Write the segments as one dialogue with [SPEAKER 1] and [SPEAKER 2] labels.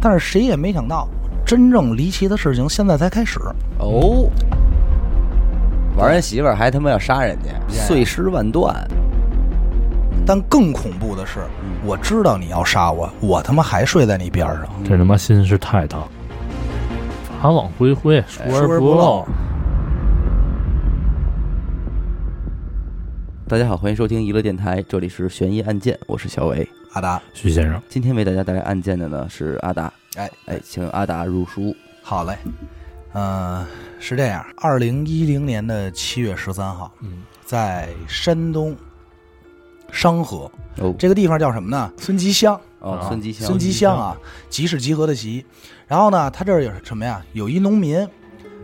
[SPEAKER 1] 但是谁也没想到，真正离奇的事情现在才开始。
[SPEAKER 2] 哦，玩人媳妇儿还他妈要杀人家，碎尸万段。
[SPEAKER 1] 但更恐怖的是，
[SPEAKER 3] 嗯
[SPEAKER 1] 我知道你要杀我，我他妈还睡在你边上。
[SPEAKER 3] 这他妈心是太大。法网恢恢，疏
[SPEAKER 1] 疏哎而
[SPEAKER 3] 哎不
[SPEAKER 1] 不漏。
[SPEAKER 2] 大家好，欢迎收听娱乐电台，这里是悬疑案件，我是小伟。
[SPEAKER 1] 阿达，
[SPEAKER 3] 徐先生，
[SPEAKER 2] 今天为大家带来案件的呢是阿达，
[SPEAKER 1] 哎
[SPEAKER 2] 哎，请阿达入书。
[SPEAKER 1] 好嘞，嗯、是这样，二零一零年的七月十三号，
[SPEAKER 3] 嗯，
[SPEAKER 1] 在山东商河
[SPEAKER 2] 哦
[SPEAKER 1] 这个地方叫什么呢？孙集乡，
[SPEAKER 2] 哦，
[SPEAKER 3] 啊
[SPEAKER 2] 孙吉祥，
[SPEAKER 1] 孙集乡啊，集是集合的集。然后呢，他这儿有什么呀？有一农民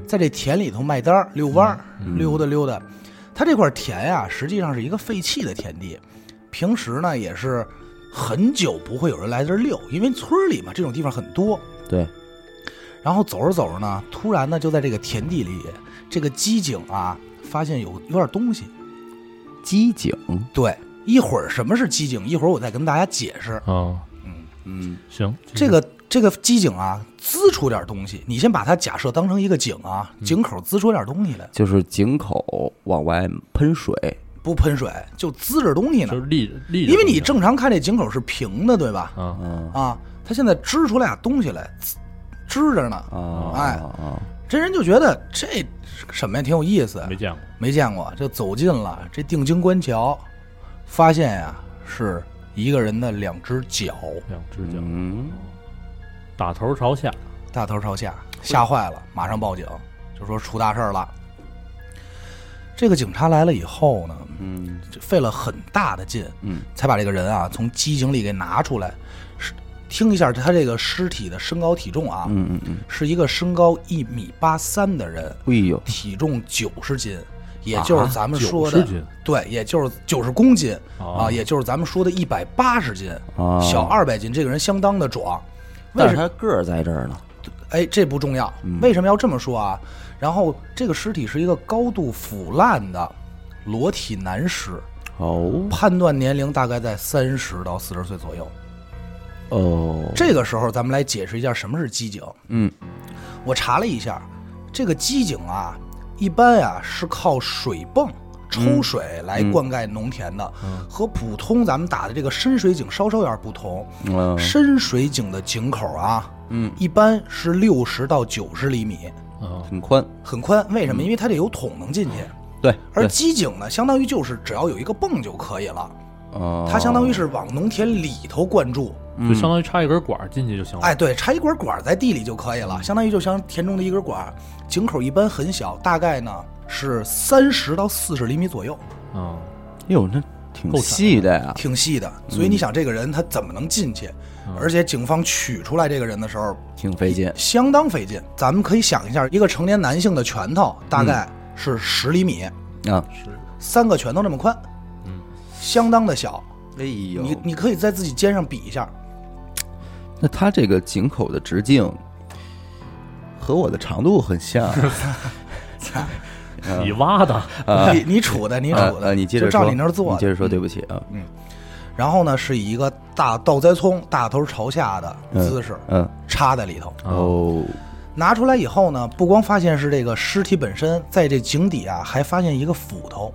[SPEAKER 1] 在这田里头卖单儿遛弯儿，
[SPEAKER 2] 嗯
[SPEAKER 1] 溜达溜达。他这块田呀、实际上是一个废弃的田地，平时呢也是很久不会有人来这儿溜，因为村儿里嘛这种地方很多。
[SPEAKER 2] 对，
[SPEAKER 1] 然后走着走着呢，突然呢就在这个田地里，这个机警啊发现有有点东西。
[SPEAKER 2] 机警，
[SPEAKER 1] 对，一会儿什么是机警，一会儿我再跟大家解释。
[SPEAKER 3] 啊，
[SPEAKER 1] 嗯，
[SPEAKER 2] 嗯，
[SPEAKER 3] 行，
[SPEAKER 1] 这个这个机警啊，滋出点东西，你先把它假设当成一个井啊，
[SPEAKER 3] 嗯
[SPEAKER 1] 井口滋出点东西来，
[SPEAKER 2] 就是井口往外喷水，
[SPEAKER 1] 不喷水就滋着东西呢
[SPEAKER 3] 就。是立立
[SPEAKER 1] 因
[SPEAKER 3] 着不一样，
[SPEAKER 1] 为你正常看这井口是平的，对吧？
[SPEAKER 3] 啊，
[SPEAKER 2] 嗯
[SPEAKER 1] 啊，它现在支出俩东西来，滋支着呢。
[SPEAKER 2] 啊，
[SPEAKER 1] 哎
[SPEAKER 2] 啊，
[SPEAKER 1] 这人就觉得这什么呀，挺有意思，
[SPEAKER 3] 没见过，
[SPEAKER 1] 没见过。这走近了这定睛观瞧，发现呀、是一个人的两只脚，
[SPEAKER 3] 两只脚，
[SPEAKER 2] 嗯，
[SPEAKER 3] 打头朝下，
[SPEAKER 1] 大头朝下，吓坏了，马上报警，就说出大事儿了。这个警察来了以后呢，
[SPEAKER 2] 嗯，
[SPEAKER 1] 这费了很大的劲，
[SPEAKER 2] 嗯，
[SPEAKER 1] 才把这个人啊从机井里给拿出来。是听一下他这个尸体的身高体重啊，
[SPEAKER 2] 嗯嗯嗯，
[SPEAKER 1] 是一个身高一米八三的人，
[SPEAKER 2] 哎呦，
[SPEAKER 1] 体重九十斤，也就是
[SPEAKER 2] 啊
[SPEAKER 1] 咱们说
[SPEAKER 3] 90
[SPEAKER 1] 的，
[SPEAKER 3] 斤
[SPEAKER 1] 对，也就是九十公斤
[SPEAKER 3] 啊
[SPEAKER 2] 哦
[SPEAKER 1] 啊，也就是咱们说的一百八十斤，
[SPEAKER 2] 啊
[SPEAKER 1] 小二百斤，这个人相当的壮。为
[SPEAKER 2] 但
[SPEAKER 1] 什
[SPEAKER 2] 是他个儿在这儿呢，
[SPEAKER 1] 哎，这不重要，
[SPEAKER 2] 嗯
[SPEAKER 1] 为什么要这么说啊？然后这个尸体是一个高度腐烂的裸体男尸，
[SPEAKER 2] 哦
[SPEAKER 1] 判断年龄大概在三十到四十岁左右。
[SPEAKER 2] 哦，
[SPEAKER 1] 这个时候，咱们来解释一下什么是机警。
[SPEAKER 2] 嗯，
[SPEAKER 1] 我查了一下，这个机井啊，一般啊是靠水泵抽
[SPEAKER 2] 嗯
[SPEAKER 1] 水来灌溉农田的，和普通咱们打的这个深水井稍稍有点不同。
[SPEAKER 2] 嗯
[SPEAKER 1] 深水井的井口啊，
[SPEAKER 2] 嗯，
[SPEAKER 1] 一般是六十到九十厘米，
[SPEAKER 3] 啊，
[SPEAKER 2] 很宽，
[SPEAKER 1] 很宽。为什么？因为它得有桶能进去。
[SPEAKER 2] 对，
[SPEAKER 1] 而
[SPEAKER 2] 嗯对
[SPEAKER 1] 机井呢，相当于就是只要有一个泵就可以了，
[SPEAKER 2] 哦，
[SPEAKER 1] 它相当于是往农田里头灌注。
[SPEAKER 3] 就相当于插一根管儿进去就行了，
[SPEAKER 1] 嗯哎，对，插一管管在地里就可以了，相当于就像田中的一根管儿。井口一般很小，大概呢是三十到四十厘米左右，
[SPEAKER 3] 啊，
[SPEAKER 2] 哟，那挺
[SPEAKER 3] 够长
[SPEAKER 2] 细的呀，
[SPEAKER 1] 挺细的。
[SPEAKER 2] 嗯
[SPEAKER 1] 所以你想，这个人他怎么能进去？而且警方取出来这个人的时候
[SPEAKER 2] 挺费劲，
[SPEAKER 1] 相当费劲。咱们可以想一下，一个成年男性的拳头大概
[SPEAKER 2] 嗯
[SPEAKER 1] 是十厘米，
[SPEAKER 2] 啊，
[SPEAKER 1] 三个拳头这么宽，
[SPEAKER 3] 嗯，
[SPEAKER 1] 相当的小。
[SPEAKER 2] 哎呦
[SPEAKER 1] 你你可以在自己肩上比一下，
[SPEAKER 2] 那它这个井口的直径和我的长度很像啊
[SPEAKER 1] 嗯
[SPEAKER 3] 你挖的，
[SPEAKER 1] 你你杵 的，你
[SPEAKER 2] 啊
[SPEAKER 1] 杵的，
[SPEAKER 2] 啊！你接着
[SPEAKER 1] 就
[SPEAKER 2] 说，
[SPEAKER 1] 照你那儿嗯做
[SPEAKER 2] 你接
[SPEAKER 1] 的。
[SPEAKER 2] 着说，对不起啊，
[SPEAKER 1] 然后呢，是以一个大倒栽葱，大头朝下的
[SPEAKER 2] 嗯
[SPEAKER 1] 姿势
[SPEAKER 2] 嗯，
[SPEAKER 1] 插在里头。
[SPEAKER 2] 哦，
[SPEAKER 1] 拿出来以后呢，不光发现是这个尸体本身，在这井底啊，还发现一个斧头。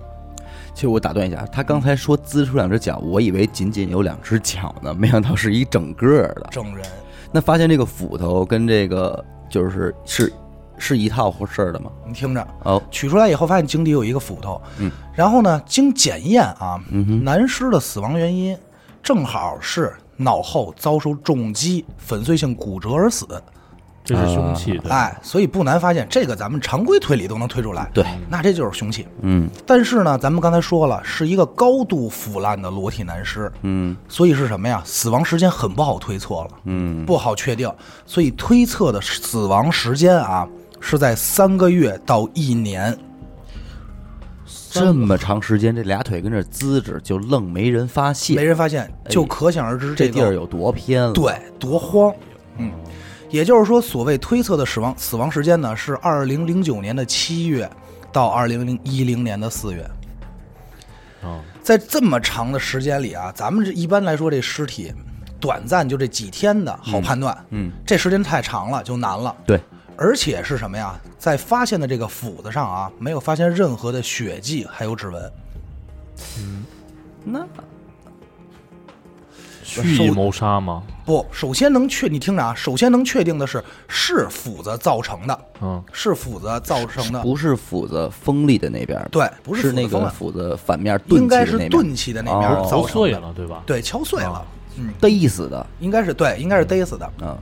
[SPEAKER 2] 其实我打断一下，他刚才说滋出两只脚，我以为仅仅有两只脚呢，没想到是一整个儿的。
[SPEAKER 1] 整人
[SPEAKER 2] 那发现这个斧头跟这个就是是是一套事儿的吗？
[SPEAKER 1] 你听着，
[SPEAKER 2] 哦，
[SPEAKER 1] 取出来以后发现井底有一个斧头。嗯，然后呢，经检验啊，
[SPEAKER 2] 嗯
[SPEAKER 1] 男尸的死亡原因正好是脑后遭受重击、粉碎性骨折而死。
[SPEAKER 3] 这是凶器，对，
[SPEAKER 1] 哎，所以不难发现，这个咱们常规推理都能推出来。
[SPEAKER 2] 对，
[SPEAKER 1] 那这就是凶器。
[SPEAKER 2] 嗯
[SPEAKER 1] 但是呢，咱们刚才说了，是一个高度腐烂的裸体男尸，
[SPEAKER 2] 嗯
[SPEAKER 1] 所以是什么呀？死亡时间很不好推测了，
[SPEAKER 2] 嗯，
[SPEAKER 1] 不好确定，所以推测的死亡时间啊是在三个月到一年。
[SPEAKER 2] 这么长时间，这俩腿跟这滋着，就愣没人发
[SPEAKER 1] 没
[SPEAKER 2] 现，
[SPEAKER 1] 人发现，就可想而知
[SPEAKER 2] 这
[SPEAKER 1] 个
[SPEAKER 2] 地儿有多偏了？
[SPEAKER 1] 对多荒。嗯，也就是说，所谓推测的死亡死亡时间呢，是二零零九年的七月到二零零一零年的四月。
[SPEAKER 3] 啊，
[SPEAKER 2] 哦
[SPEAKER 1] 在这么长的时间里啊，咱们这一般来说这尸体短暂就这几天的好判断，
[SPEAKER 2] 嗯，
[SPEAKER 1] 这时间太长了就难了。
[SPEAKER 2] 对，
[SPEAKER 1] 而且是什么呀？在发现的这个斧子上啊，没有发现任何的血迹，还有指纹。
[SPEAKER 2] 那
[SPEAKER 3] 蓄意谋杀吗？
[SPEAKER 1] 不，首先能确，你听着啊，首先能确定的是是斧子造成的，
[SPEAKER 3] 嗯，
[SPEAKER 1] 是斧子造成的，
[SPEAKER 2] 不是斧子锋利的那边儿，
[SPEAKER 1] 对不是
[SPEAKER 2] 是
[SPEAKER 1] 斧子
[SPEAKER 2] 那
[SPEAKER 1] 锋
[SPEAKER 2] 个
[SPEAKER 1] 利
[SPEAKER 2] 斧子反面钝
[SPEAKER 1] 应
[SPEAKER 2] 器的
[SPEAKER 1] 该
[SPEAKER 2] 那
[SPEAKER 1] 是
[SPEAKER 2] 边，
[SPEAKER 1] 钝器的那边
[SPEAKER 2] 哦
[SPEAKER 1] 造
[SPEAKER 3] 凿
[SPEAKER 1] 成
[SPEAKER 3] 碎
[SPEAKER 1] 的，
[SPEAKER 3] 了对吧？
[SPEAKER 1] 对，敲碎了，
[SPEAKER 2] 逮死的，
[SPEAKER 1] 应该是对，应该是逮死的。
[SPEAKER 2] 啊嗯，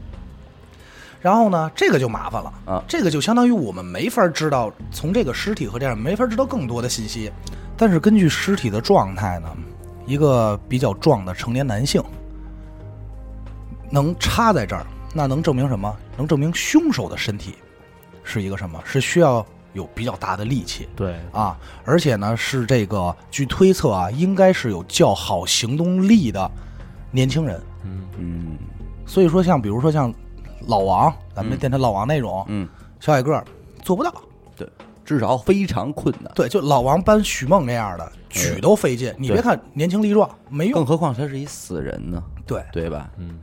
[SPEAKER 1] 然后呢，这个就麻烦了
[SPEAKER 2] 啊
[SPEAKER 1] 这个就相当于我们没法知道从这个尸体和这样没法知道更多的信息，但是根据尸体的状态呢，一个比较壮的成年男性能插在这儿，那能证明什么？能证明凶手的身体是一个什么？是需要有比较大的力气
[SPEAKER 3] 对，
[SPEAKER 1] 啊，而且呢是这个据推测啊，应该是有较好行动力的年轻人。
[SPEAKER 3] 嗯，
[SPEAKER 2] 嗯
[SPEAKER 1] 所以说，像比如说像老王，咱们这电台老王那种，
[SPEAKER 2] 嗯，
[SPEAKER 1] 小矮个儿做不到。
[SPEAKER 2] 对，至少非常困难，
[SPEAKER 1] 对，就老王搬许梦那样
[SPEAKER 2] 哎
[SPEAKER 1] 的，举都费劲。你别看年轻力壮，没用
[SPEAKER 2] 更。何况他是一死人呢，
[SPEAKER 1] 对，
[SPEAKER 2] 对吧？
[SPEAKER 1] 嗯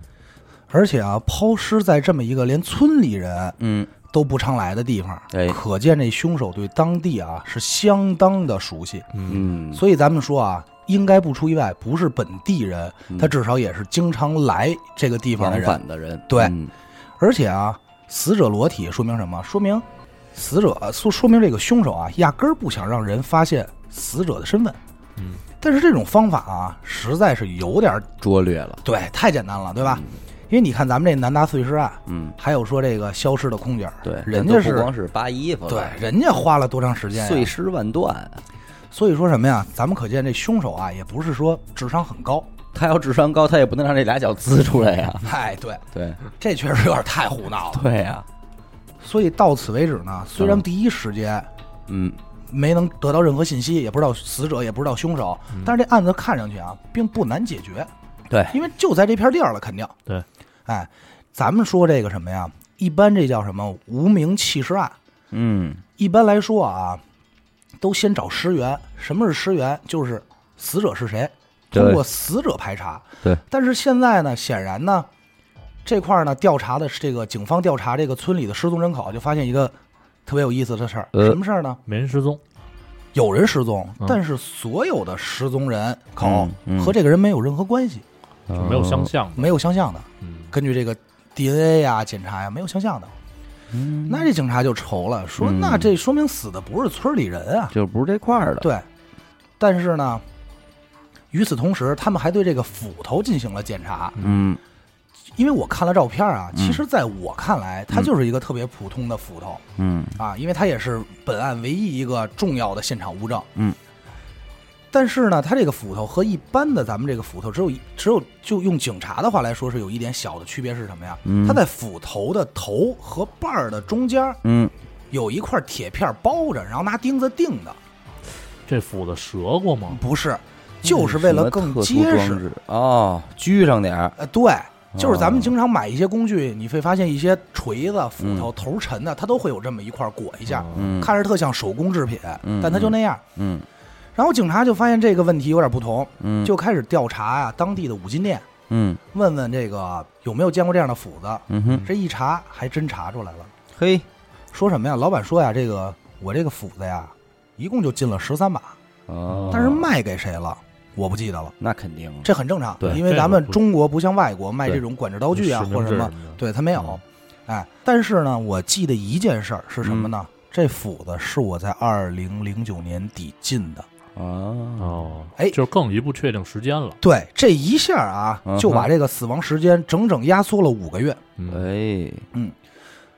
[SPEAKER 1] 而且啊，抛尸在这么一个连村里人
[SPEAKER 2] 嗯，
[SPEAKER 1] 都不常来的地方，
[SPEAKER 2] 哎
[SPEAKER 1] 可见这凶手对当地啊是相当的熟悉。
[SPEAKER 2] 嗯，
[SPEAKER 1] 所以咱们说啊，应该不出意外，不是本地人，他至少也是经常来这个地方的
[SPEAKER 2] 嗯往
[SPEAKER 1] 人。
[SPEAKER 2] 返的人，
[SPEAKER 1] 对
[SPEAKER 2] 嗯
[SPEAKER 1] 而且啊，死者裸体说明什么？说明死者说说明这个凶手啊，压根儿不想让人发现死者的身份。
[SPEAKER 3] 嗯，
[SPEAKER 1] 但是这种方法啊，实在是有点儿
[SPEAKER 2] 拙劣了，
[SPEAKER 1] 对，太简单了，对吧？因为你看咱们这南达碎尸案，
[SPEAKER 2] 嗯，
[SPEAKER 1] 还有说这个消失的空姐儿，
[SPEAKER 2] 对，
[SPEAKER 1] 人
[SPEAKER 2] 那
[SPEAKER 1] 家
[SPEAKER 2] 都不
[SPEAKER 1] 是
[SPEAKER 2] 光是扒衣服了，
[SPEAKER 1] 对，人家花了多长时间呀、
[SPEAKER 2] 碎尸万段，
[SPEAKER 1] 所以说什么呀？咱们可见这凶手啊，也不是说智商很高。
[SPEAKER 2] 他要智商高，他也不能让这俩脚呲出来呀，
[SPEAKER 1] 哎， 对，
[SPEAKER 2] 对，
[SPEAKER 1] 这确实有点太胡闹了。
[SPEAKER 2] 对呀，
[SPEAKER 1] 所以到此为止呢，虽然第一时间
[SPEAKER 2] 嗯，
[SPEAKER 1] 没能得到任何信息，也不知道死者，也不知道凶手。但是这案子看上去啊，并不难解决，
[SPEAKER 2] 对，
[SPEAKER 1] 因为就在这片地儿了，肯定。
[SPEAKER 3] 对，
[SPEAKER 1] 哎，咱们说这个什么呀？一般这叫什么无名弃尸案？
[SPEAKER 2] 嗯，
[SPEAKER 1] 一般来说啊，都先找尸源。什么是尸源？就是死者是谁，
[SPEAKER 2] 对
[SPEAKER 1] 通过死者排查。
[SPEAKER 2] 对，
[SPEAKER 1] 但是现在呢，显然呢，这块儿呢，调查的是这个警方调查这个村里的失踪人口，就发现一个特别有意思的事儿。
[SPEAKER 2] 呃
[SPEAKER 1] 什么事儿呢？
[SPEAKER 3] 没人失踪，
[SPEAKER 1] 有人失踪，
[SPEAKER 3] 嗯
[SPEAKER 1] 但是所有的失踪人口
[SPEAKER 2] 嗯嗯
[SPEAKER 1] 和这个人没有任何关系，
[SPEAKER 3] 就没有
[SPEAKER 2] 哦
[SPEAKER 3] 相像的，
[SPEAKER 1] 没有相像的。
[SPEAKER 3] 嗯，
[SPEAKER 1] 根据这个 DNA 呀、检查呀、没有相像的。那这警察就愁了，说
[SPEAKER 2] 嗯
[SPEAKER 1] 那这说明死的不是村里人啊。
[SPEAKER 2] 就不是这块儿的，
[SPEAKER 1] 对，但是呢，与此同时，他们还对这个斧头进行了检查，
[SPEAKER 2] 嗯，
[SPEAKER 1] 因为我看了照片啊，其实在我看来，它就是一个特别普通的斧头。
[SPEAKER 2] 嗯
[SPEAKER 1] 啊，因为他也是本案唯一一个重要的现场物证。
[SPEAKER 2] 嗯，
[SPEAKER 1] 但是呢，他这个斧头和一般的咱们这个斧头只有一只有就用警察的话来说是有一点小的区别是什么呀？
[SPEAKER 2] 嗯
[SPEAKER 1] 它在斧头的头和把儿的中间儿
[SPEAKER 2] 嗯，
[SPEAKER 1] 有一块铁片包着，然后拿钉子钉的，
[SPEAKER 3] 这斧子折过吗？
[SPEAKER 1] 不是，就是为了更结实。
[SPEAKER 2] 哦，拘上点儿，
[SPEAKER 1] 呃，对。
[SPEAKER 2] 啊
[SPEAKER 1] 就是咱们经常买一些工具，你会发现一些锤子、斧头、头沉的，它都会有这么一块儿裹一下，
[SPEAKER 2] 嗯
[SPEAKER 1] 看着特像手工制品，
[SPEAKER 2] 嗯
[SPEAKER 1] 但它就那样。
[SPEAKER 2] 嗯
[SPEAKER 1] 然后警察就发现这个问题有点不同，
[SPEAKER 2] 嗯
[SPEAKER 1] 就开始调查呀、当地的五金店，
[SPEAKER 2] 嗯
[SPEAKER 1] 问问这个有没有见过这样的斧子。
[SPEAKER 2] 嗯哼，
[SPEAKER 1] 这一查还真查出来了，
[SPEAKER 2] 嘿，
[SPEAKER 1] 说什么呀？老板说呀，这个我这个斧子呀，一共就进了十三把，
[SPEAKER 2] 哦，
[SPEAKER 1] 但是卖给谁了，我不记得了。
[SPEAKER 2] 那肯定，
[SPEAKER 1] 这很正常，
[SPEAKER 3] 对
[SPEAKER 1] 因为
[SPEAKER 3] 这个
[SPEAKER 1] 咱们
[SPEAKER 3] 不
[SPEAKER 1] 中国不像外国卖
[SPEAKER 2] 对
[SPEAKER 1] 这种管制刀具啊
[SPEAKER 3] 实名
[SPEAKER 1] 或者什
[SPEAKER 3] 制
[SPEAKER 1] 么
[SPEAKER 3] 什么的，嗯
[SPEAKER 1] 对，他没有。哎，但是呢，我记得一件事儿是
[SPEAKER 3] 嗯
[SPEAKER 1] 什么呢？这斧子是我在二零零九年底进的。
[SPEAKER 2] 哦，
[SPEAKER 3] 哦，
[SPEAKER 1] 哎
[SPEAKER 3] 就更一步确定时间了，
[SPEAKER 1] 对，这一下啊
[SPEAKER 2] 嗯，哼
[SPEAKER 1] 就把这个死亡时间整整压缩了五个月。
[SPEAKER 3] 嗯，
[SPEAKER 2] 哎，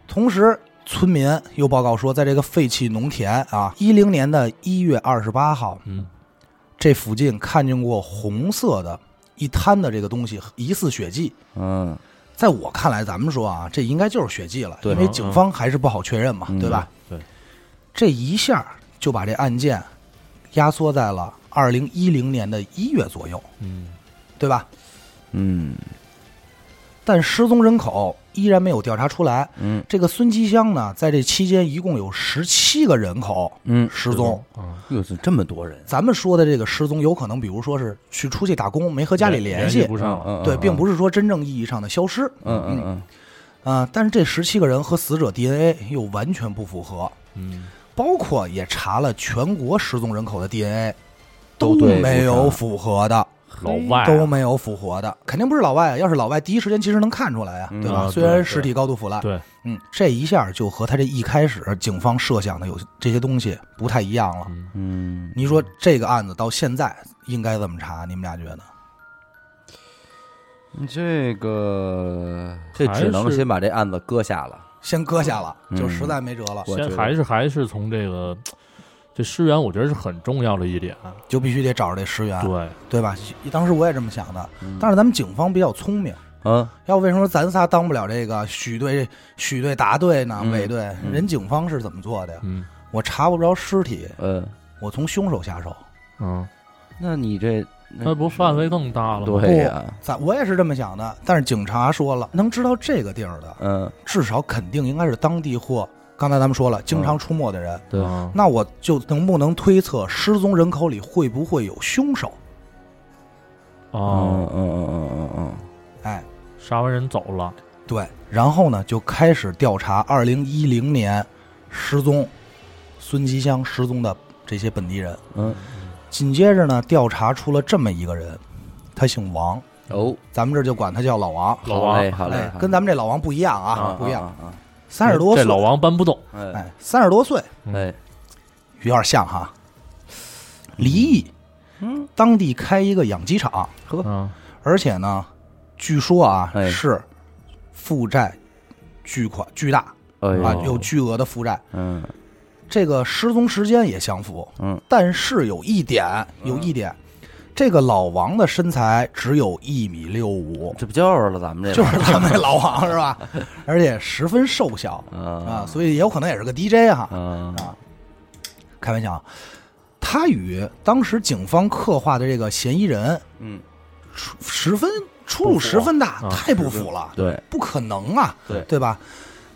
[SPEAKER 1] 同时，村民又报告说，在这个废弃农田啊，一零年的一月二十八号，
[SPEAKER 3] 嗯，
[SPEAKER 1] 这附近看见过红色的一滩的这个东西，疑似血迹。
[SPEAKER 2] 嗯，
[SPEAKER 1] 在我看来，咱们说啊，这应该就是血迹了，
[SPEAKER 2] 对
[SPEAKER 1] 因为警方还是不好确认嘛，
[SPEAKER 2] 嗯
[SPEAKER 1] 对吧？
[SPEAKER 3] 对，
[SPEAKER 1] 这一下就把这案件压缩在了二零一零年的一月左右，
[SPEAKER 3] 嗯，
[SPEAKER 1] 对吧？
[SPEAKER 2] 嗯，
[SPEAKER 1] 但失踪人口依然没有调查出来。
[SPEAKER 2] 嗯，
[SPEAKER 1] 这个孙其香呢，在这期间一共有十七个人口
[SPEAKER 2] 嗯，
[SPEAKER 1] 失踪。
[SPEAKER 3] 啊，
[SPEAKER 2] 又是这么多人，
[SPEAKER 1] 咱们说的这个失踪，有可能比如说是去出去打工，没和家里联系，
[SPEAKER 3] 不上了，
[SPEAKER 1] 对，并
[SPEAKER 2] 是，
[SPEAKER 1] 不嗯是说真正意义上的消失。
[SPEAKER 2] 嗯嗯嗯，
[SPEAKER 1] 啊、但是这十七个人和死者 DNA 又完全不符合，
[SPEAKER 3] 嗯，
[SPEAKER 1] 包括也查了全国失踪人口的 DNA，
[SPEAKER 2] 都对不
[SPEAKER 1] 没有
[SPEAKER 2] 上
[SPEAKER 1] 符合的，
[SPEAKER 3] 老
[SPEAKER 2] 哎
[SPEAKER 3] 外啊
[SPEAKER 1] 都没有符合的，肯定不是老外啊。要是老外，第一时间其实能看出来呀、
[SPEAKER 2] 嗯
[SPEAKER 1] 对吧？
[SPEAKER 3] 啊
[SPEAKER 1] 虽然
[SPEAKER 3] 对
[SPEAKER 1] 尸体高度腐烂，
[SPEAKER 3] 对，
[SPEAKER 1] 嗯，这一下就和他这一开始警方设想的有这些东西不太一样了。
[SPEAKER 3] 嗯
[SPEAKER 2] 嗯，
[SPEAKER 1] 你说这个案子到现在应该怎么查？你们俩觉得？
[SPEAKER 2] 这个这
[SPEAKER 3] 还
[SPEAKER 2] 只能
[SPEAKER 3] 是
[SPEAKER 2] 先把这案子搁下了。
[SPEAKER 1] 先搁下了，
[SPEAKER 2] 嗯
[SPEAKER 1] 就实在没辙了，
[SPEAKER 2] 我觉
[SPEAKER 3] 先
[SPEAKER 2] 得
[SPEAKER 3] 还是还是从这个这尸源，我觉得是很重要的一点，
[SPEAKER 1] 就必须得找着这尸源，
[SPEAKER 3] 对，
[SPEAKER 1] 对吧？当时我也这么想的，
[SPEAKER 2] 嗯
[SPEAKER 1] 但是咱们警方比较聪明。
[SPEAKER 2] 嗯，
[SPEAKER 1] 要不为什么咱仨当不了这个许队、许队、答队呢？
[SPEAKER 2] 嗯
[SPEAKER 1] 韦队，
[SPEAKER 2] 嗯
[SPEAKER 1] 人警方是怎么做的呀？
[SPEAKER 3] 嗯
[SPEAKER 1] 我查不着尸体，
[SPEAKER 2] 呃，
[SPEAKER 1] 我从凶手下手。
[SPEAKER 3] 嗯，
[SPEAKER 2] 那你这
[SPEAKER 3] 那不范围更大了吗？
[SPEAKER 2] 对呀，
[SPEAKER 1] 咱我也是这么想的，但是警察说了，能知道这个地儿的，
[SPEAKER 2] 嗯，
[SPEAKER 1] 至少肯定应该是当地或刚才咱们说了，经常出没的人。
[SPEAKER 2] 对，
[SPEAKER 3] 啊
[SPEAKER 1] 那我就能不能推测失踪人口里会不会有凶手？
[SPEAKER 2] 嗯
[SPEAKER 3] 哦，
[SPEAKER 2] 嗯嗯嗯嗯
[SPEAKER 1] 哎，
[SPEAKER 3] 杀完人走了，
[SPEAKER 1] 对，然后呢就开始调查二零一零年失踪孙吉香失踪的这些本地人。
[SPEAKER 2] 嗯，
[SPEAKER 1] 紧接着呢，调查出了这么一个人，他姓王，
[SPEAKER 2] 哦，
[SPEAKER 1] 咱们这儿就管他叫老王。
[SPEAKER 3] 老
[SPEAKER 2] 好嘞，
[SPEAKER 3] 王
[SPEAKER 2] 好嘞
[SPEAKER 1] 哎，，跟咱们这老王不一样啊，不一样，三十多
[SPEAKER 3] 这老
[SPEAKER 1] 岁，
[SPEAKER 3] 王搬不动，
[SPEAKER 2] 嗯，哎
[SPEAKER 1] 哎，三十多岁，
[SPEAKER 2] 哎，
[SPEAKER 1] 有点像哈。离异，
[SPEAKER 2] 嗯，
[SPEAKER 1] 当地开一个养鸡场，
[SPEAKER 3] 嗯，
[SPEAKER 1] 而且呢，据说啊、
[SPEAKER 2] 哎
[SPEAKER 1] 是负债巨款巨大
[SPEAKER 2] 哎
[SPEAKER 1] 啊
[SPEAKER 2] 呦，，
[SPEAKER 1] 有巨额的负债。
[SPEAKER 2] 嗯
[SPEAKER 1] 这个失踪时间也相符，
[SPEAKER 2] 嗯，
[SPEAKER 1] 但是有一点，有一点，这个老王的身材只有一米六五，
[SPEAKER 2] 这不就是了咱们这个
[SPEAKER 1] 就是他们那老王是吧？而且十分瘦小啊，
[SPEAKER 2] 啊
[SPEAKER 1] 所以也有可能也是个 DJ 哈、
[SPEAKER 2] 啊
[SPEAKER 1] 开玩笑啊，他与当时警方刻画的这个嫌疑人
[SPEAKER 2] 嗯，
[SPEAKER 1] 出十分出入十分大，
[SPEAKER 3] 不符啊
[SPEAKER 1] 太不符了，
[SPEAKER 2] 对，
[SPEAKER 1] 不可能啊，
[SPEAKER 2] 对
[SPEAKER 1] 吧？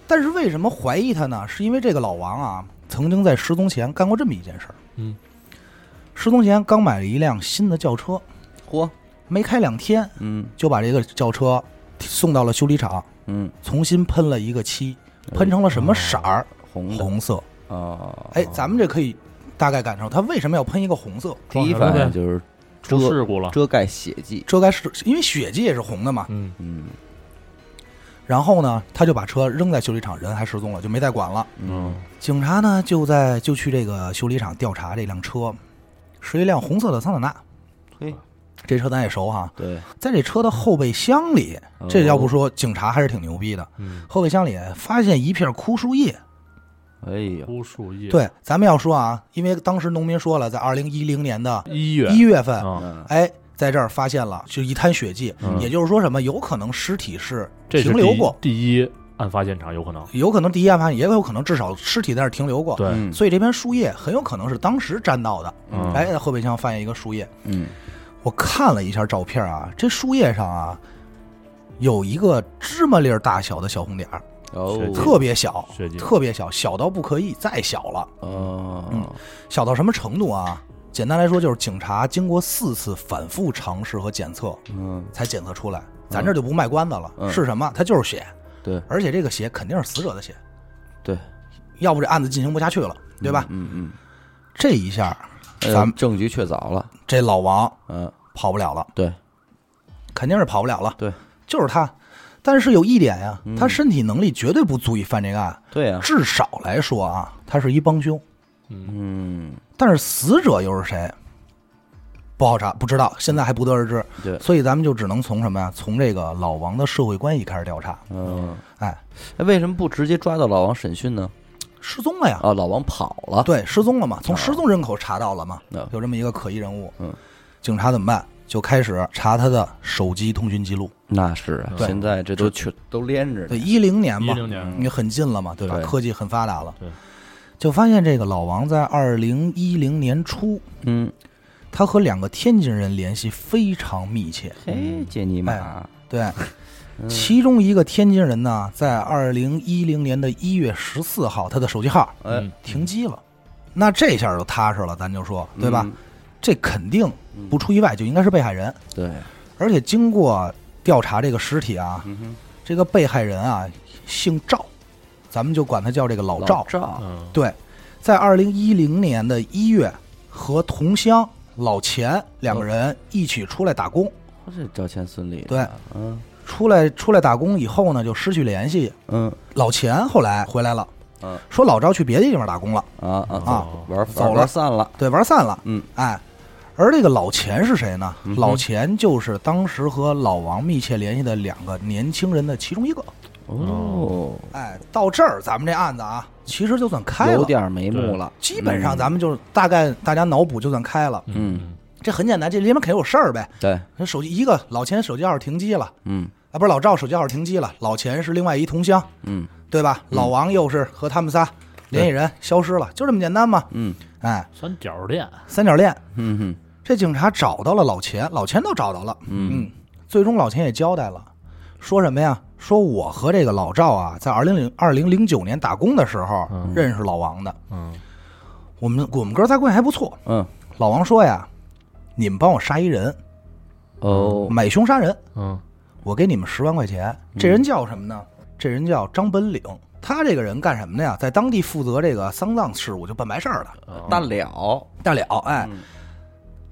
[SPEAKER 1] 但是为什么怀疑他呢？是因为这个老王啊，曾经在失踪前干过这么一件事儿。
[SPEAKER 3] 嗯，
[SPEAKER 1] 失踪前刚买了一辆新的轿车，
[SPEAKER 2] 嚯，
[SPEAKER 1] 没开两天
[SPEAKER 2] 嗯
[SPEAKER 1] 就把这个轿车送到了修理厂，
[SPEAKER 2] 嗯，
[SPEAKER 1] 重新喷了一个漆，喷成了
[SPEAKER 3] 嗯
[SPEAKER 1] 什么色儿？
[SPEAKER 2] 红的
[SPEAKER 1] 红色。
[SPEAKER 2] 啊，
[SPEAKER 1] 哎，咱们这可以大概感受他为什么要喷一个红色，
[SPEAKER 2] 第一反应就是
[SPEAKER 3] 出
[SPEAKER 2] 遮
[SPEAKER 3] 事故了，
[SPEAKER 2] 遮盖血迹，
[SPEAKER 1] 遮盖是因为血迹也是红的嘛。
[SPEAKER 3] 嗯
[SPEAKER 2] 嗯
[SPEAKER 1] 然后呢，他就把车扔在修理厂，人还失踪了，就没再管了。
[SPEAKER 2] 嗯
[SPEAKER 1] 警察呢就在就去这个修理厂调查这辆车，是一辆红色的桑塔纳。
[SPEAKER 2] 嘿，
[SPEAKER 1] 这车咱也熟哈，
[SPEAKER 2] 对，哦
[SPEAKER 1] 在这车的后备箱里，
[SPEAKER 3] 哦
[SPEAKER 1] 这要不说警察还是挺牛逼的。
[SPEAKER 3] 嗯，
[SPEAKER 1] 后备箱里发现一片枯树叶，
[SPEAKER 2] 哎呀，
[SPEAKER 3] 枯树叶，，
[SPEAKER 1] 对，咱们要说啊，因为当时农民说了，在二零一零年的
[SPEAKER 3] 医院
[SPEAKER 1] 一月份，
[SPEAKER 3] 啊，
[SPEAKER 2] 嗯
[SPEAKER 1] 哎，在这儿发现了，就一滩血迹，
[SPEAKER 3] 嗯
[SPEAKER 1] 也就是说什么，有可能尸体是
[SPEAKER 3] 这是
[SPEAKER 1] 停
[SPEAKER 3] 第
[SPEAKER 1] 留
[SPEAKER 3] 一
[SPEAKER 1] 过，
[SPEAKER 3] 第一案发现场，有可能，
[SPEAKER 1] 有可能第一案发现，也有可能至少尸体在那儿停留过。
[SPEAKER 3] 对，
[SPEAKER 2] 嗯
[SPEAKER 1] 所以这片树叶很有可能是当时沾到的。
[SPEAKER 3] 嗯
[SPEAKER 1] 哎，在后备箱发现一个树叶，
[SPEAKER 2] 嗯，
[SPEAKER 1] 我看了一下照片啊，这树叶上啊有一个芝麻粒儿大小的小红点儿，
[SPEAKER 2] 哦，
[SPEAKER 1] 特别小
[SPEAKER 3] 血迹，
[SPEAKER 1] 特别小，小到不可以再小了。
[SPEAKER 2] 哦，
[SPEAKER 1] 小到什么程度啊？简单来说，就是警察经过四次反复尝试和检测，
[SPEAKER 2] 嗯，
[SPEAKER 1] 才检测出来。咱这就不卖关子了，
[SPEAKER 2] 嗯
[SPEAKER 1] 是什么？它就是血，
[SPEAKER 2] 对
[SPEAKER 1] 而且这个血肯定是死者的血，
[SPEAKER 2] 对，
[SPEAKER 1] 要不这案子进行不下去了，对吧？
[SPEAKER 2] 嗯嗯，
[SPEAKER 1] 这一下，
[SPEAKER 2] 哎呦
[SPEAKER 1] 咱们
[SPEAKER 2] 证据确凿了，
[SPEAKER 1] 这老王
[SPEAKER 2] 嗯，
[SPEAKER 1] 跑不了了，
[SPEAKER 2] 对，
[SPEAKER 1] 肯定是跑不了了。
[SPEAKER 2] 对，
[SPEAKER 1] 就是他。但是有一点呀、
[SPEAKER 2] 嗯
[SPEAKER 1] 他身体能力绝对不足以犯这个案，
[SPEAKER 2] 对呀，
[SPEAKER 1] 至少来说啊，他是一帮凶。
[SPEAKER 3] 嗯，
[SPEAKER 2] 嗯，
[SPEAKER 1] 但是死者又是谁，不好查，不知道，现在还不得而知。
[SPEAKER 2] 嗯对
[SPEAKER 1] 所以咱们就只能从什么呀？从这个老王的社会关系开始调查。
[SPEAKER 2] 嗯，
[SPEAKER 1] 哎，
[SPEAKER 2] 哎，为什么不直接抓到老王审讯呢？
[SPEAKER 1] 失踪了呀？
[SPEAKER 2] 啊，老王跑了，
[SPEAKER 1] 对，失踪了嘛，从失踪人口查到了嘛，
[SPEAKER 2] 嗯
[SPEAKER 1] 有这么一个可疑人物。
[SPEAKER 2] 啊嗯，
[SPEAKER 1] 警察怎么办？就开始查他的手机通讯记录。
[SPEAKER 2] 那是啊，
[SPEAKER 1] 对
[SPEAKER 2] 现在这都全都连着呢
[SPEAKER 1] 对，，一零年
[SPEAKER 3] 一
[SPEAKER 1] 嘛，
[SPEAKER 3] 零年，
[SPEAKER 1] 也很近了嘛，对吧？
[SPEAKER 2] 对
[SPEAKER 1] 科技很发达了。
[SPEAKER 3] 对。
[SPEAKER 1] 就发现这个老王在二零一零年初，
[SPEAKER 2] 嗯，
[SPEAKER 1] 他和两个天津人联系非常密切。
[SPEAKER 2] 嘿，这尼
[SPEAKER 1] 哎
[SPEAKER 2] 玛，
[SPEAKER 1] 对，
[SPEAKER 2] 嗯
[SPEAKER 1] 其中一个天津人呢，在二零一零年的一月十四号，他的手机号
[SPEAKER 2] 哎，
[SPEAKER 3] 嗯
[SPEAKER 1] 停机了，那这下就踏实了，咱就说对吧？
[SPEAKER 2] 嗯？
[SPEAKER 1] 这肯定不出意外就应该是被害人，
[SPEAKER 2] 对，
[SPEAKER 1] 而且经过调查这个尸体啊，
[SPEAKER 2] 嗯哼，
[SPEAKER 1] 这个被害人啊姓赵，咱们就管他叫这个老赵。
[SPEAKER 2] 赵，
[SPEAKER 3] 嗯
[SPEAKER 1] 对，在二零一零年的一月，和同乡老钱两个人一起出来打工。
[SPEAKER 2] 这赵钱孙李的，
[SPEAKER 1] 对，
[SPEAKER 2] 嗯
[SPEAKER 1] 出来出来打工以后呢，就失去联系。
[SPEAKER 2] 嗯
[SPEAKER 1] 老钱后来回来了，
[SPEAKER 2] 嗯
[SPEAKER 1] 说老赵去别的地方打工了，
[SPEAKER 2] 啊啊，
[SPEAKER 1] 啊
[SPEAKER 2] 玩
[SPEAKER 1] 走了
[SPEAKER 2] 玩散了，
[SPEAKER 1] 对，玩散了。
[SPEAKER 2] 嗯，
[SPEAKER 1] 哎，而这个老钱是谁呢？
[SPEAKER 2] 嗯哼
[SPEAKER 1] 老钱就是当时和老王密切联系的两个年轻人的其中一个。
[SPEAKER 2] 哦，
[SPEAKER 1] 哎，到这儿咱们这案子啊，其实就算开
[SPEAKER 2] 有
[SPEAKER 1] 了，
[SPEAKER 2] 点眉目了，
[SPEAKER 1] 基本上
[SPEAKER 2] 嗯
[SPEAKER 1] 咱们就是大概大家脑补就算开了。
[SPEAKER 2] 嗯
[SPEAKER 1] 这很简单，这里面肯定有事儿呗。
[SPEAKER 2] 对，
[SPEAKER 1] 那手机一个老钱手机号停机了
[SPEAKER 2] 嗯
[SPEAKER 1] 啊，不是老赵手机号停机了，老钱是另外一同乡，
[SPEAKER 2] 嗯
[SPEAKER 1] 对吧？老王又是和他们仨联系人消失了，就这么简单嘛。
[SPEAKER 2] 嗯
[SPEAKER 1] 哎，
[SPEAKER 3] 三角恋，
[SPEAKER 1] 三角恋，
[SPEAKER 2] 嗯哼
[SPEAKER 1] 这警察找到了老钱，老钱都找到了，
[SPEAKER 2] 嗯
[SPEAKER 1] 嗯，最终老钱也交代了，说什么呀？说我和这个老赵啊，在二零零二零零九年打工的时候
[SPEAKER 3] 嗯
[SPEAKER 1] 认识老王的，
[SPEAKER 3] 嗯
[SPEAKER 1] 我们我们哥仨关系还不错。
[SPEAKER 2] 嗯，
[SPEAKER 1] 老王说呀，你们帮我杀一人，
[SPEAKER 2] 哦，
[SPEAKER 1] 买凶杀人，
[SPEAKER 3] 嗯
[SPEAKER 1] 我给你们十万块钱。这人叫什么呢？这人叫张本领。他这个人干什么的呀？在当地负责这个丧葬事务，就办白事儿的。
[SPEAKER 2] 但了，
[SPEAKER 1] 大了，哎，
[SPEAKER 3] 嗯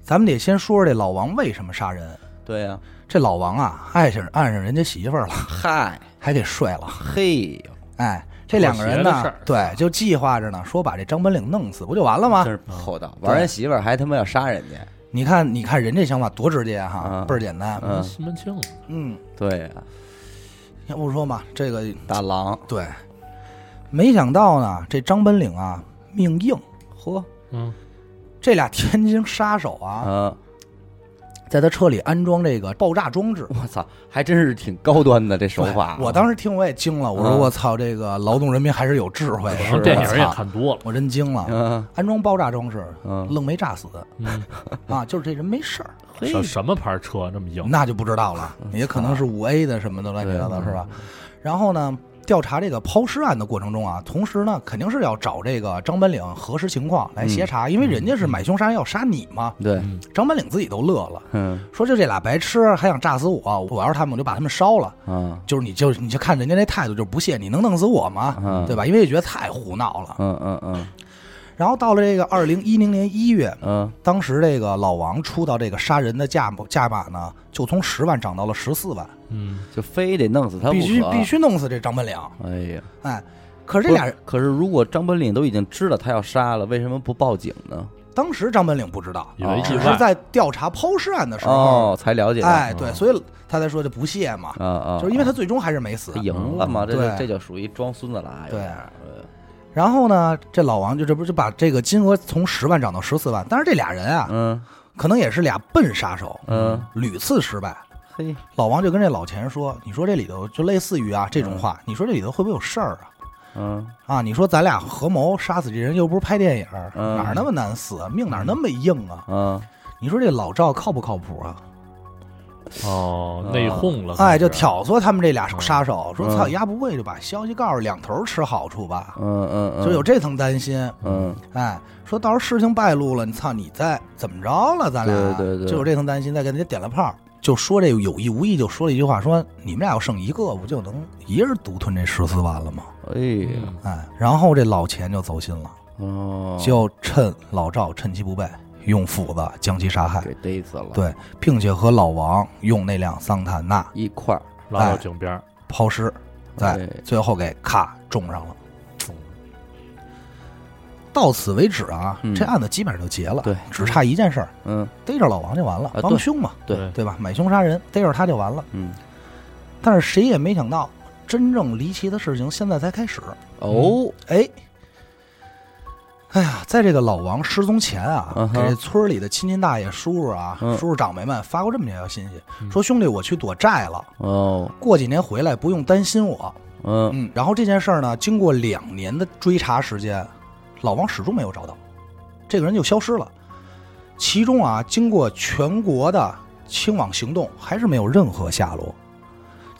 [SPEAKER 1] 咱们得先说说这老王为什么杀人。
[SPEAKER 2] 对呀，
[SPEAKER 1] 这老王啊，爱上爱上人家媳妇儿了，
[SPEAKER 2] 嗨
[SPEAKER 1] 还给睡了。
[SPEAKER 2] 嘿哟，
[SPEAKER 1] 哎，这两个人
[SPEAKER 3] 妥协的事
[SPEAKER 1] 呢
[SPEAKER 3] 儿，
[SPEAKER 1] 对，就计划着呢，说把这张本领弄死，不就完了吗
[SPEAKER 2] 真？是不厚道，玩人媳妇儿还他妈要杀人家，
[SPEAKER 1] 你看，你看人这想法多直接哈
[SPEAKER 2] 啊，
[SPEAKER 1] 倍儿简单。
[SPEAKER 2] 嗯
[SPEAKER 3] 西门庆，
[SPEAKER 1] 嗯，
[SPEAKER 2] 对呀，
[SPEAKER 1] 要不说嘛，这个
[SPEAKER 2] 大郎，
[SPEAKER 1] 对，没想到呢，这张本领啊，命硬。
[SPEAKER 2] 嚯，
[SPEAKER 3] 嗯
[SPEAKER 1] 这俩天津杀手啊，
[SPEAKER 2] 啊，
[SPEAKER 1] 在他车里安装这个爆炸装置。
[SPEAKER 2] 我操，还真是挺高端的这手法，
[SPEAKER 1] 我当时听我也惊了，我说
[SPEAKER 2] 嗯
[SPEAKER 1] 我操，这个劳动人民还是啊有智慧的，
[SPEAKER 3] 然
[SPEAKER 2] 是
[SPEAKER 3] 后
[SPEAKER 1] 我
[SPEAKER 3] 电影也
[SPEAKER 1] 操
[SPEAKER 3] 看多了，
[SPEAKER 1] 我真惊了。
[SPEAKER 2] 嗯
[SPEAKER 1] 安装爆炸装置，
[SPEAKER 2] 嗯，
[SPEAKER 1] 愣没炸死
[SPEAKER 3] 嗯，
[SPEAKER 1] 啊，就是这人没事儿，
[SPEAKER 2] 嘿
[SPEAKER 3] 什什么牌车那么硬？
[SPEAKER 1] 那就不知道了，也可能是五 A 的什么的乱七八糟是吧？然后呢，调查这个抛尸案的过程中啊，同时呢，肯定是要找这个张本领核实情况来协查，因为人家是买凶杀人要杀你嘛。
[SPEAKER 2] 对，
[SPEAKER 3] 嗯
[SPEAKER 1] 张本领自己都乐了，
[SPEAKER 2] 嗯
[SPEAKER 1] 说就这俩白痴还想炸死我，我要是他们我就把他们烧了。
[SPEAKER 2] 啊，
[SPEAKER 1] 就是你就你就看人家那态度就是不屑，你能弄死我吗
[SPEAKER 2] 嗯？
[SPEAKER 1] 对吧？因为也觉得太胡闹了。
[SPEAKER 2] 嗯嗯嗯
[SPEAKER 1] 然后到了这个二零一零年一月，
[SPEAKER 2] 嗯，
[SPEAKER 1] 当时这个老王出到这个杀人的价价码呢，就从十万涨到了十四万，
[SPEAKER 3] 嗯，
[SPEAKER 2] 就非得弄死他不
[SPEAKER 1] 必须
[SPEAKER 2] 可
[SPEAKER 1] 必，须弄死这张本领。
[SPEAKER 2] 哎呀，
[SPEAKER 1] 哎，可是这俩人
[SPEAKER 2] 不是可是如果张本领都已经知道他要杀了，为什么不报警呢？
[SPEAKER 1] 当时张本领不知道，
[SPEAKER 3] 以为
[SPEAKER 2] 哦
[SPEAKER 3] 意
[SPEAKER 1] 只是
[SPEAKER 3] 外，
[SPEAKER 1] 在调查抛尸案的时候，
[SPEAKER 2] 哦，才了解到，
[SPEAKER 1] 哎，对，所以他才说这不屑嘛，
[SPEAKER 2] 啊啊，
[SPEAKER 1] 就是因为他最终还是没死
[SPEAKER 2] 他。赢了嘛，这
[SPEAKER 1] 对
[SPEAKER 2] 就这就属于装孙子了，有
[SPEAKER 1] 对
[SPEAKER 2] 点儿呃
[SPEAKER 1] 然后呢，这老王就这不就把这个金额从十万涨到十四万，但是这俩人啊，
[SPEAKER 2] 嗯
[SPEAKER 1] 可能也是俩笨杀手，
[SPEAKER 2] 嗯，
[SPEAKER 1] 屡次失败。
[SPEAKER 2] 嘿，
[SPEAKER 1] 老王就跟这老钱说：“你说这里头就类似于啊这种话，你说这里头会不会有事儿啊？
[SPEAKER 2] 嗯
[SPEAKER 1] 啊，你说咱俩合谋杀死这人，又不是拍电影，
[SPEAKER 2] 嗯
[SPEAKER 1] 哪儿那么难死？命哪儿那么硬啊？
[SPEAKER 2] 嗯，
[SPEAKER 1] 你说这老赵靠不靠谱啊？
[SPEAKER 3] 哦，内讧了，
[SPEAKER 1] 哎，就
[SPEAKER 3] 开始，
[SPEAKER 1] 挑唆他们这俩杀手，说
[SPEAKER 2] 嗯
[SPEAKER 1] 操，压不贵就把消息告诉两头吃好处吧，
[SPEAKER 2] 嗯嗯嗯，
[SPEAKER 1] 就有这层担心。
[SPEAKER 2] 嗯
[SPEAKER 1] 哎，说到时候事情败露了，你操，你再怎么着了？咱俩
[SPEAKER 2] 对对对
[SPEAKER 1] 就有这层担心，再给人家点了炮。”就说这有意无意就说了一句话，说你们俩要剩一个，不就能一人独吞这十四万了吗？
[SPEAKER 2] 哎呀
[SPEAKER 3] 嗯
[SPEAKER 1] 哎，然后这老钱就走心了。
[SPEAKER 2] 哦，
[SPEAKER 1] 就趁老赵趁其不备，用斧子将其杀害，
[SPEAKER 2] 给逮死了，，
[SPEAKER 1] 对，并且和老王用那辆桑塔纳
[SPEAKER 2] 一块儿，
[SPEAKER 3] 拉到井边儿，
[SPEAKER 1] 抛尸，
[SPEAKER 2] 哎
[SPEAKER 1] 在最后给咔种上了。到此为止啊，
[SPEAKER 2] 嗯
[SPEAKER 1] 这案子基本上就结了，
[SPEAKER 2] 对
[SPEAKER 1] 只差一件事儿，
[SPEAKER 2] 嗯
[SPEAKER 1] 逮着老王就完了
[SPEAKER 2] 啊，
[SPEAKER 1] 帮
[SPEAKER 2] 对
[SPEAKER 1] 凶嘛，
[SPEAKER 2] 对
[SPEAKER 1] 对吧？买凶杀人，逮着他就完了。
[SPEAKER 2] 嗯，
[SPEAKER 1] 但是谁也没想到，真正离奇的事情现在才开始。
[SPEAKER 2] 哦，
[SPEAKER 1] 哎，哎呀，在这个老王失踪前啊，
[SPEAKER 2] 嗯
[SPEAKER 1] 给
[SPEAKER 2] 哼
[SPEAKER 1] 这村儿里的亲戚大爷、叔叔啊、
[SPEAKER 2] 嗯
[SPEAKER 1] 叔叔长辈们发过这么一条信息，说兄弟，我去躲债了，
[SPEAKER 2] 哦，
[SPEAKER 1] 过几年回来不用担心我。
[SPEAKER 2] 嗯，
[SPEAKER 1] 嗯，然后这件事儿呢，经过两年的追查时间，老王始终没有找到，这个人就消失了。其中啊，经过全国的清网行动，还是没有任何下落。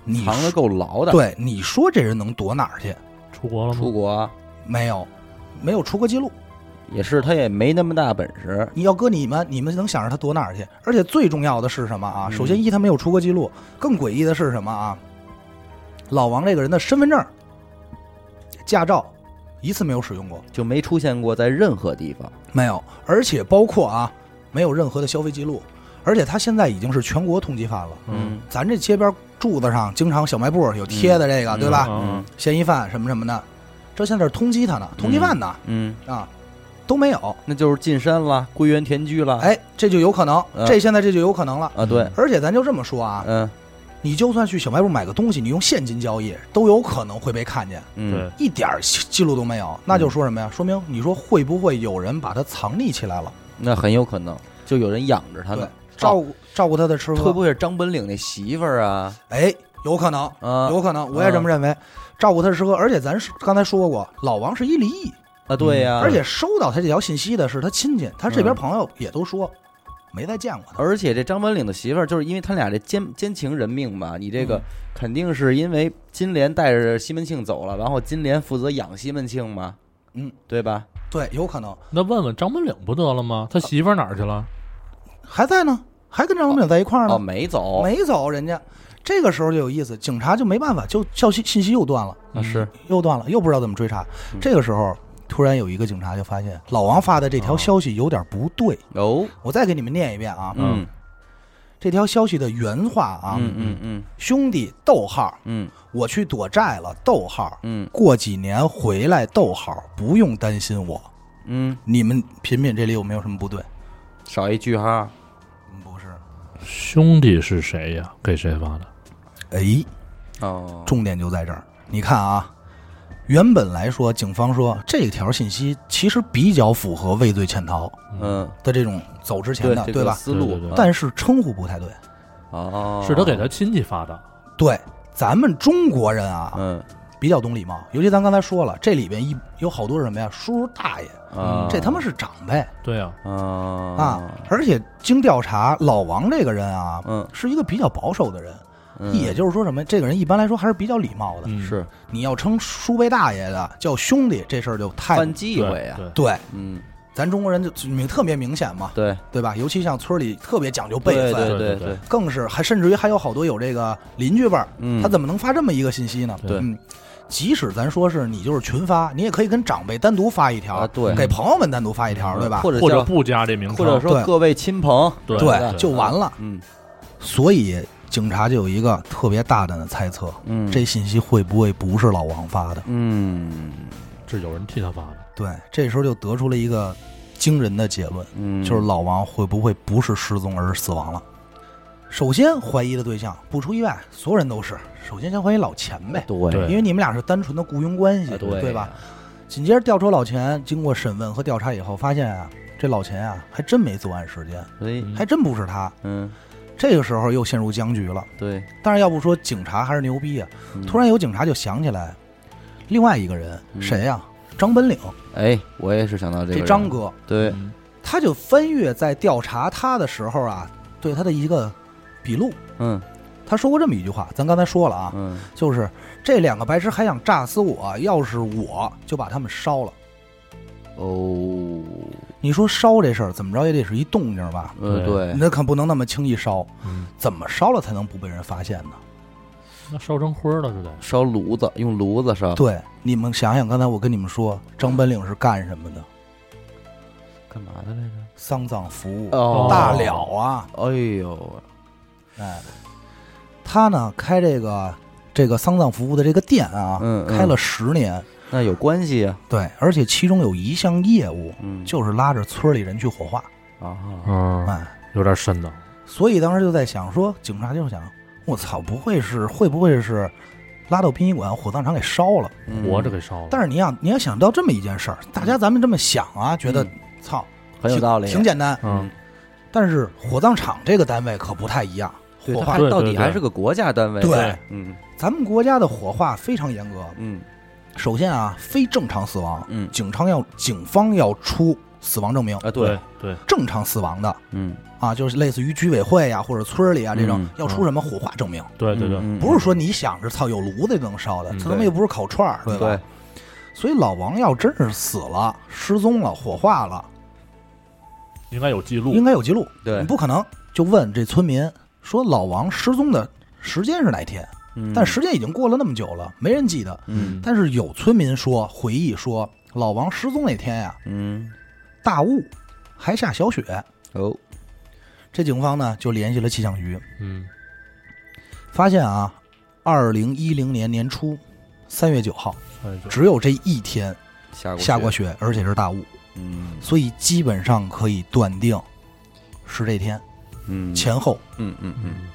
[SPEAKER 1] 你
[SPEAKER 2] 藏的够牢的。，
[SPEAKER 1] 对你说这人能躲哪儿去？
[SPEAKER 3] 出国了
[SPEAKER 2] 出
[SPEAKER 3] 吗？
[SPEAKER 2] 国
[SPEAKER 1] 没有，没有出国记录。
[SPEAKER 2] 也是，他也没那么大本事。
[SPEAKER 1] 你要搁你们，你们能想着他躲哪儿去？而且最重要的是什么啊？
[SPEAKER 2] 嗯
[SPEAKER 1] 首先一，他没有出国记录；更诡异的是什么啊？老王这个人的身份证、驾照一次没有使用过，
[SPEAKER 2] 就没出现过在任何地方。
[SPEAKER 1] 没有，而且包括啊，没有任何的消费记录，而且他现在已经是全国通缉犯了。
[SPEAKER 3] 嗯，
[SPEAKER 1] 咱这街边柱子上经常小卖部有贴的这个，
[SPEAKER 2] 嗯
[SPEAKER 1] 对吧？
[SPEAKER 3] 嗯
[SPEAKER 1] 嫌疑犯什么什么的，这现在是通缉他呢，通缉犯呢、
[SPEAKER 2] 嗯，
[SPEAKER 1] 啊，都没有。
[SPEAKER 2] 那就是进山了，归园田居了。
[SPEAKER 1] 哎，这就有可能，
[SPEAKER 2] 嗯
[SPEAKER 1] 这现在这就有可能了。
[SPEAKER 2] 啊，对，
[SPEAKER 1] 而且咱就这么说啊，
[SPEAKER 2] 嗯
[SPEAKER 1] 你就算去小卖部买个东西，你用现金交易都有可能会被看见，
[SPEAKER 2] 嗯，
[SPEAKER 3] 对，
[SPEAKER 1] 一点儿记录都没有，那就说什么呀？说明你说会不会有人把他藏匿起来了？
[SPEAKER 2] 那很有可能就有人养着他
[SPEAKER 1] 对
[SPEAKER 2] 呢，，
[SPEAKER 1] 照顾照顾他的吃
[SPEAKER 2] 会哦不
[SPEAKER 1] 喝，
[SPEAKER 2] 会是张本领那媳妇儿啊？
[SPEAKER 1] 哎，有可能，
[SPEAKER 2] 啊
[SPEAKER 1] 有可能，我也这么认为。照顾他的吃喝，而且咱是刚才说过，老王是一离异，
[SPEAKER 2] 啊，嗯对呀、
[SPEAKER 1] 嗯而且收到他这条信息的是他亲戚，他这边朋友也都说没再见过他。
[SPEAKER 2] 而且这张本领的媳妇儿，就是因为他俩这奸奸情人命嘛，你这个
[SPEAKER 3] 嗯
[SPEAKER 2] 肯定是因为金莲带着西门庆走了，然后金莲负责养西门庆嘛，
[SPEAKER 1] 嗯，
[SPEAKER 2] 对吧？
[SPEAKER 1] 对，有可能
[SPEAKER 3] 那问问张本领不得了吗？他媳妇儿哪儿去了？
[SPEAKER 1] 还在呢，还跟张文炳在一块儿
[SPEAKER 2] 哦，
[SPEAKER 1] 呢，
[SPEAKER 2] 没走，
[SPEAKER 1] 嗯没走。人家这个时候就有意思，警察就没办法，就消息信息又断了，
[SPEAKER 2] 啊是
[SPEAKER 3] 嗯
[SPEAKER 1] 又断了，又不知道怎么追查。
[SPEAKER 2] 嗯
[SPEAKER 1] 这个时候，突然有一个警察就发现老王发的这条消息有点不对，
[SPEAKER 2] 哦，
[SPEAKER 1] 我再给你们念一遍啊，
[SPEAKER 2] 嗯
[SPEAKER 1] 这条消息的原话啊，
[SPEAKER 2] 嗯嗯嗯
[SPEAKER 1] 兄弟，逗号，
[SPEAKER 2] 嗯
[SPEAKER 1] 我去躲债了，逗号，
[SPEAKER 2] 嗯
[SPEAKER 1] 过几年回来，逗号，不用担心我。
[SPEAKER 2] 嗯，
[SPEAKER 1] 你们品品这里有没有什么不对？
[SPEAKER 2] 少一句号，
[SPEAKER 1] 不是，
[SPEAKER 3] 兄弟是谁呀？给谁发的？
[SPEAKER 1] 哎，
[SPEAKER 2] 哦，
[SPEAKER 1] 重点就在这儿。你看啊，原本来说，警方说这条信息其实比较符合畏罪潜逃
[SPEAKER 2] 嗯，
[SPEAKER 1] 的这种走之前
[SPEAKER 2] 对
[SPEAKER 1] 的，
[SPEAKER 2] 这
[SPEAKER 1] 对
[SPEAKER 2] 个
[SPEAKER 1] 吧？
[SPEAKER 2] 思路嗯
[SPEAKER 3] 对对，对
[SPEAKER 1] 但是称呼不太对。
[SPEAKER 2] 哦，
[SPEAKER 3] 是他给他，亲戚发的。
[SPEAKER 1] 对，咱们中国人啊，
[SPEAKER 2] 嗯
[SPEAKER 1] 比较懂礼貌，尤其咱刚才说了，这里边一有好多是什么呀，叔叔大爷，
[SPEAKER 2] 啊，
[SPEAKER 1] 这他妈是长辈
[SPEAKER 3] 对呀，
[SPEAKER 2] 啊
[SPEAKER 1] 啊！而且经调查，老王这个人啊，
[SPEAKER 2] 嗯
[SPEAKER 1] 是一个比较保守的人，
[SPEAKER 2] 嗯
[SPEAKER 1] 也就是说什么，这个人一般来说还是比较礼貌的。
[SPEAKER 3] 嗯
[SPEAKER 2] 是
[SPEAKER 1] 你要称叔辈大爷的叫兄弟，这事儿就太
[SPEAKER 2] 犯忌
[SPEAKER 3] 对
[SPEAKER 2] 讳呀，
[SPEAKER 3] 对，
[SPEAKER 1] 对，
[SPEAKER 2] 嗯，
[SPEAKER 1] 咱中国人就就明特别明显嘛，
[SPEAKER 2] 对，
[SPEAKER 1] 对吧？尤其像村里特别讲究辈分，
[SPEAKER 2] 对
[SPEAKER 3] 对
[SPEAKER 2] 对
[SPEAKER 3] 对，
[SPEAKER 1] 更是还甚至于还有好多有这个邻居辈儿，
[SPEAKER 2] 嗯，
[SPEAKER 1] 他怎么能发这么一个信息呢？
[SPEAKER 2] 对
[SPEAKER 1] 嗯，即使咱说是你就是群发，你也可以跟长辈单独发一条，
[SPEAKER 2] 啊对嗯
[SPEAKER 1] 给朋友们单独发一条，对吧？
[SPEAKER 2] 或者
[SPEAKER 3] 或者
[SPEAKER 2] 叫
[SPEAKER 3] 不加这名
[SPEAKER 2] 或
[SPEAKER 3] 称，
[SPEAKER 2] 者说
[SPEAKER 1] 对
[SPEAKER 2] 各位亲朋，
[SPEAKER 3] 对
[SPEAKER 1] 对，就完了。
[SPEAKER 2] 嗯
[SPEAKER 1] 所以警察就有一个特别大胆的猜测，
[SPEAKER 2] 嗯，
[SPEAKER 1] 这信息会不会不是老王发的？
[SPEAKER 2] 嗯
[SPEAKER 3] 是有人替他发的。
[SPEAKER 1] 对，这时候就得出了一个惊人的结论，
[SPEAKER 2] 嗯，
[SPEAKER 1] 就是老王会不会不是失踪而是死亡了？首先怀疑的对象不出意外，所有人都是。首先先怀疑老钱呗，
[SPEAKER 2] 对
[SPEAKER 3] 对
[SPEAKER 1] 因为你们俩是单纯的雇佣关系，
[SPEAKER 2] 啊
[SPEAKER 1] 对
[SPEAKER 2] 对
[SPEAKER 1] 吧？？紧接着调查老钱，经过审问和调查以后，发现啊，这老钱啊还真没作案时间，
[SPEAKER 2] 所以
[SPEAKER 1] 还真不是他。
[SPEAKER 2] 嗯，
[SPEAKER 1] 这个时候又陷入僵局了。
[SPEAKER 2] 对，
[SPEAKER 1] 但是要不说警察还是牛逼啊！
[SPEAKER 2] 嗯
[SPEAKER 1] 突然有警察就想起来，另外一个人
[SPEAKER 2] 嗯
[SPEAKER 1] 谁呀、张本领，
[SPEAKER 2] 哎，我也是想到这个
[SPEAKER 1] 这
[SPEAKER 2] 人
[SPEAKER 1] 张，哥，
[SPEAKER 2] 对，
[SPEAKER 3] 嗯
[SPEAKER 1] 他就翻阅在调查他的时候啊，对他的一个笔录，
[SPEAKER 2] 嗯
[SPEAKER 1] 他说过这么一句话，咱刚才说了啊，
[SPEAKER 2] 嗯，
[SPEAKER 1] 就是这两个白痴还想炸死我，要是我就把他们烧了。
[SPEAKER 2] 哦，
[SPEAKER 1] 你说烧这事儿怎么着也得是一动静吧？
[SPEAKER 2] 呃，
[SPEAKER 3] 对
[SPEAKER 2] 对，
[SPEAKER 1] 那可不能那么轻易烧，
[SPEAKER 3] 嗯，
[SPEAKER 1] 怎么烧了才能不被人发现呢？
[SPEAKER 3] 那烧成灰儿了是得。
[SPEAKER 2] 烧炉子，用炉子烧，
[SPEAKER 1] 对，你们想想，刚才我跟你们说，张本领是干什么的？
[SPEAKER 2] 干嘛的来着？
[SPEAKER 1] 丧葬服务，
[SPEAKER 2] 哦，
[SPEAKER 1] 大了啊！
[SPEAKER 2] 哎呦，
[SPEAKER 1] 哎，他呢开这个这个丧葬服务的这个店啊，
[SPEAKER 2] 嗯嗯
[SPEAKER 1] 开了十年，
[SPEAKER 2] 那有关系啊，
[SPEAKER 1] 对，而且其中有一项业务
[SPEAKER 2] 嗯，
[SPEAKER 1] 就是拉着村里人去火化，
[SPEAKER 2] 啊，
[SPEAKER 3] 嗯，
[SPEAKER 1] 哎，
[SPEAKER 3] 有点深呢。
[SPEAKER 1] 所以当时就在想说，警察就想，我操，不会是会不会是拉到殡仪馆火葬场给烧了？
[SPEAKER 2] 嗯
[SPEAKER 3] 活着给烧了。
[SPEAKER 1] 但是你想，你要想到这么一件事儿，大家咱们这么想啊，觉得操、
[SPEAKER 2] 嗯很有
[SPEAKER 1] 挺
[SPEAKER 2] 道理，啊
[SPEAKER 1] 挺简单。
[SPEAKER 3] 嗯，
[SPEAKER 1] 但是火葬场这个单位可不太一样，
[SPEAKER 2] 对，
[SPEAKER 1] 嗯火
[SPEAKER 2] 它
[SPEAKER 1] 化
[SPEAKER 2] 还
[SPEAKER 3] 对
[SPEAKER 2] 到
[SPEAKER 3] 对
[SPEAKER 2] 底还是个国家单位，
[SPEAKER 1] 对
[SPEAKER 2] 嗯
[SPEAKER 1] 咱们国家的火化非常严格。
[SPEAKER 2] 嗯
[SPEAKER 1] 首先啊，非正常死亡，
[SPEAKER 2] 嗯
[SPEAKER 1] 警察要警方要出死亡证明，
[SPEAKER 2] 啊，
[SPEAKER 3] 对
[SPEAKER 2] 对，
[SPEAKER 3] 对，
[SPEAKER 1] 正常死亡的
[SPEAKER 2] 嗯，
[SPEAKER 1] 啊，就是类似于居委会啊或者村儿里啊这种
[SPEAKER 2] 嗯
[SPEAKER 1] 要出什么火化证明，
[SPEAKER 3] 对对对，
[SPEAKER 2] 嗯
[SPEAKER 1] 不是说你想着操有炉子就能烧的，
[SPEAKER 3] 嗯
[SPEAKER 1] 他妈又不是烤串儿，对吧？
[SPEAKER 2] 对，
[SPEAKER 1] 所以老王要真是死了、失踪了、火化了，
[SPEAKER 3] 应该有记录
[SPEAKER 1] 应。该有记录。
[SPEAKER 2] 嗯对
[SPEAKER 1] 你不可能就问这村民说老王失踪的时间是哪天，
[SPEAKER 2] 嗯
[SPEAKER 1] 但时间已经过了那么久了，没人记得。
[SPEAKER 2] 嗯
[SPEAKER 1] 但是有村民说回忆说，老王失踪那天呀、
[SPEAKER 2] 嗯
[SPEAKER 1] 大雾，还下小雪。
[SPEAKER 2] 哦，
[SPEAKER 1] 这警方呢就联系了气象局，
[SPEAKER 3] 嗯
[SPEAKER 1] 发现啊，二零一零年年初三月九号，
[SPEAKER 3] 哎就
[SPEAKER 1] 只有这一天
[SPEAKER 2] 下过
[SPEAKER 1] 下过
[SPEAKER 2] 雪，
[SPEAKER 1] 雪，而且是大雾，
[SPEAKER 2] 嗯
[SPEAKER 1] 所以基本上可以断定是这天
[SPEAKER 2] 嗯
[SPEAKER 1] 前后。
[SPEAKER 2] 嗯嗯嗯
[SPEAKER 3] 嗯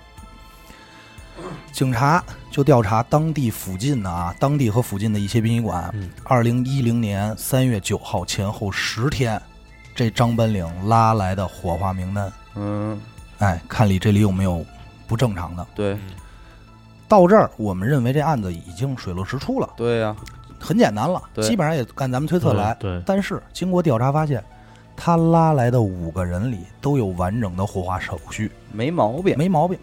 [SPEAKER 1] 警察就调查当地附近的啊，当地和附近的一些殡仪馆。
[SPEAKER 3] 嗯
[SPEAKER 1] 二零一零年三月九号前后十天，这张本岭拉来的火化名单，
[SPEAKER 2] 嗯，
[SPEAKER 1] 哎，看里这里有没有不正常的。
[SPEAKER 2] 对
[SPEAKER 1] 到这儿，我们认为这案子已经水落石出了，
[SPEAKER 2] 对啊呀，
[SPEAKER 1] 很简单了，
[SPEAKER 2] 对嗯
[SPEAKER 1] 基本上也按咱们推测来。
[SPEAKER 3] 对，对
[SPEAKER 1] 但是经过调查发现，他拉来的五个人里都有完整的火化手续，
[SPEAKER 2] 没毛病，
[SPEAKER 1] 没毛病，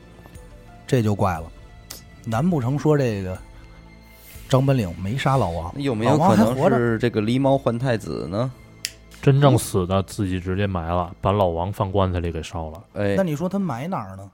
[SPEAKER 1] 这就怪了。难不成说这个张本岭没杀老王
[SPEAKER 2] 那？有没有
[SPEAKER 1] 老
[SPEAKER 2] 可
[SPEAKER 1] 王还
[SPEAKER 2] 能
[SPEAKER 1] 活着
[SPEAKER 2] 是这个狸猫换太子呢？
[SPEAKER 3] 真正死的自己直接埋了，把老王放棺材里给烧了。
[SPEAKER 2] 哎
[SPEAKER 1] 那，你说他埋哪儿呢？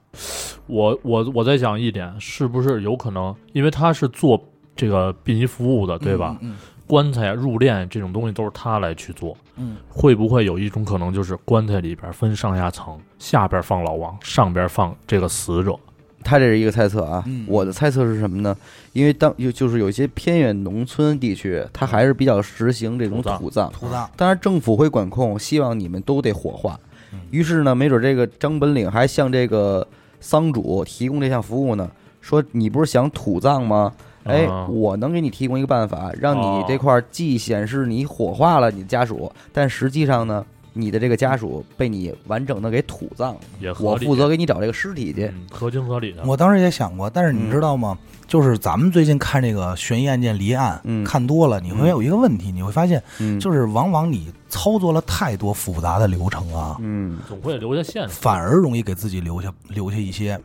[SPEAKER 3] 我我我在想一点，是不是有可能，因为他是做这个殡仪服务的，对吧？
[SPEAKER 1] 嗯？
[SPEAKER 3] 棺材入殓这种东西都是他来去做，
[SPEAKER 1] 嗯
[SPEAKER 3] 会不会有一种可能，就是棺材里边分上下层，下边放老王，上边放这个死者？
[SPEAKER 2] 他这是一个猜测啊
[SPEAKER 1] 嗯，
[SPEAKER 2] 我的猜测是什么呢？因为当有就是有一些偏远农村地区，它还是比较实行这种
[SPEAKER 3] 土
[SPEAKER 2] 土葬
[SPEAKER 3] 葬
[SPEAKER 1] 嗯，，土葬。
[SPEAKER 2] 当然政府会管控，希望你们都得火化
[SPEAKER 1] 嗯。
[SPEAKER 2] 于是呢，没准这个张本领还向这个丧主提供这项服务呢，说你不是想土葬吗？哎
[SPEAKER 3] 啊，
[SPEAKER 2] 我能给你提供一个办法，让
[SPEAKER 3] 哦
[SPEAKER 2] 你这块儿既显示你火化了你的家属，但实际上呢，你的这个家属被你完整的给土葬了。
[SPEAKER 3] 也合
[SPEAKER 2] 我
[SPEAKER 3] 理
[SPEAKER 2] 负责给你找这个尸体去。
[SPEAKER 3] 嗯合情合理的。
[SPEAKER 1] 我当时也想过，但是你
[SPEAKER 2] 嗯
[SPEAKER 1] 知道吗？就是咱们最近看这个悬疑案件离案，
[SPEAKER 2] 嗯
[SPEAKER 1] 看多了，你会有一个问题，你会发现，
[SPEAKER 2] 嗯，
[SPEAKER 1] 就是往往你操作了太多复杂的流程啊，
[SPEAKER 2] 嗯
[SPEAKER 3] 总会留下线索。
[SPEAKER 1] 反而容易给自己留下留下一些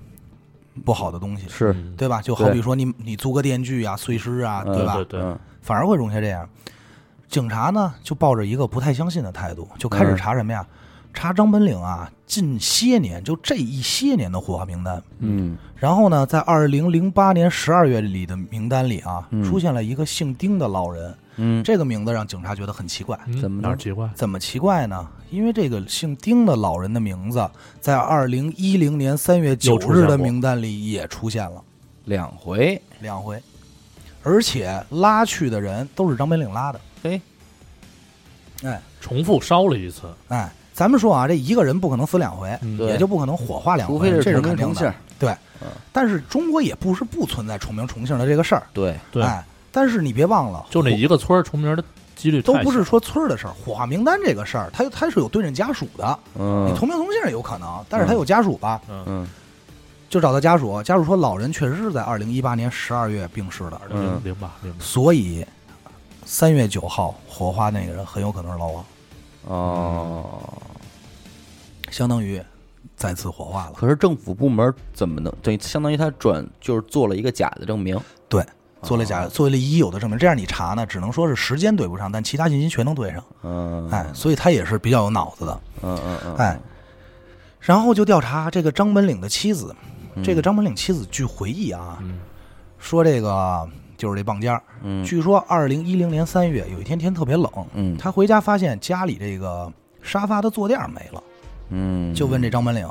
[SPEAKER 1] 不好的东西，
[SPEAKER 2] 是，
[SPEAKER 3] 嗯
[SPEAKER 1] 对吧？就好比说你你租个电锯啊、碎尸啊，
[SPEAKER 2] 嗯
[SPEAKER 1] 对吧？
[SPEAKER 3] 对对
[SPEAKER 2] 嗯
[SPEAKER 1] 反而会容下这样。警察呢，就抱着一个不太相信的态度，就开始
[SPEAKER 2] 嗯
[SPEAKER 1] 查什么呀？查张本岭啊，近些年就这一些年的火化名单。
[SPEAKER 2] 嗯
[SPEAKER 1] 然后呢，在二零零八年十二月里的名单里啊，
[SPEAKER 2] 嗯
[SPEAKER 1] 出现了一个姓丁的老人，
[SPEAKER 2] 嗯
[SPEAKER 1] 这个名字让警察觉得很奇怪。
[SPEAKER 3] 嗯
[SPEAKER 2] 怎么
[SPEAKER 3] 哪儿
[SPEAKER 2] 能
[SPEAKER 3] 奇怪？
[SPEAKER 1] 怎么奇怪呢？因为这个姓丁的老人的名字，在二零一零年三月九
[SPEAKER 3] 又出
[SPEAKER 1] 日
[SPEAKER 3] 现
[SPEAKER 1] 的
[SPEAKER 3] 过
[SPEAKER 1] 名单里也出现了
[SPEAKER 2] 两回，
[SPEAKER 1] 两回，而且拉去的人都是张本岭拉的。
[SPEAKER 2] 哎，
[SPEAKER 1] 哎
[SPEAKER 3] 重复烧了一次，
[SPEAKER 1] 哎，咱们说啊，这一个人不可能死两回，
[SPEAKER 3] 嗯
[SPEAKER 2] 对
[SPEAKER 1] 也就不可能火化两回，
[SPEAKER 2] 除非是
[SPEAKER 1] 这是
[SPEAKER 2] 同
[SPEAKER 1] 肯
[SPEAKER 2] 名
[SPEAKER 1] 定
[SPEAKER 2] 同姓
[SPEAKER 1] 的
[SPEAKER 2] 儿。。
[SPEAKER 1] 对
[SPEAKER 2] 嗯，
[SPEAKER 1] 但是中国也不是不存在重名重姓的这个事儿。
[SPEAKER 2] 对，
[SPEAKER 3] 对，
[SPEAKER 1] 哎，但是你别忘了，
[SPEAKER 3] 就那
[SPEAKER 1] 火
[SPEAKER 3] 一个村儿重名的几率
[SPEAKER 1] 都
[SPEAKER 3] 太
[SPEAKER 1] 不
[SPEAKER 3] 小
[SPEAKER 1] 是说村儿的事儿，火化名单这个事儿，它它是有对应家属的。你
[SPEAKER 2] 嗯
[SPEAKER 1] 同名同姓儿有可能，但是他有家属吧？
[SPEAKER 3] 嗯，
[SPEAKER 2] 嗯
[SPEAKER 1] 就找到家属，家属说老人确实是在二零一八年十二月病逝的，
[SPEAKER 3] 零零吧零吧，
[SPEAKER 1] 所以三月九号火化那个人很有可能是老王，
[SPEAKER 2] 哦。
[SPEAKER 1] 相当于再次火化了。
[SPEAKER 2] 可是政府部门怎么能？等于相当于他转就是做了一个假的证明。
[SPEAKER 1] 对，做了假，做了已有的证明，这样你查呢，只能说是时间对不上，但其他信息全能对上。
[SPEAKER 2] 嗯，
[SPEAKER 1] 哎，所以他也是比较有脑子的。
[SPEAKER 2] 嗯嗯嗯，
[SPEAKER 1] 哎，然后就调查这个张本岭的妻子，
[SPEAKER 2] 嗯
[SPEAKER 1] 这个张本岭妻子据回忆啊，
[SPEAKER 3] 嗯
[SPEAKER 1] 说这个就是这棒尖儿。
[SPEAKER 2] 嗯
[SPEAKER 1] 据说二零一零年三月有一天天特别冷，
[SPEAKER 2] 嗯
[SPEAKER 1] 他回家发现家里这个沙发的坐垫没了，
[SPEAKER 2] 嗯，
[SPEAKER 1] 就问这张本岭。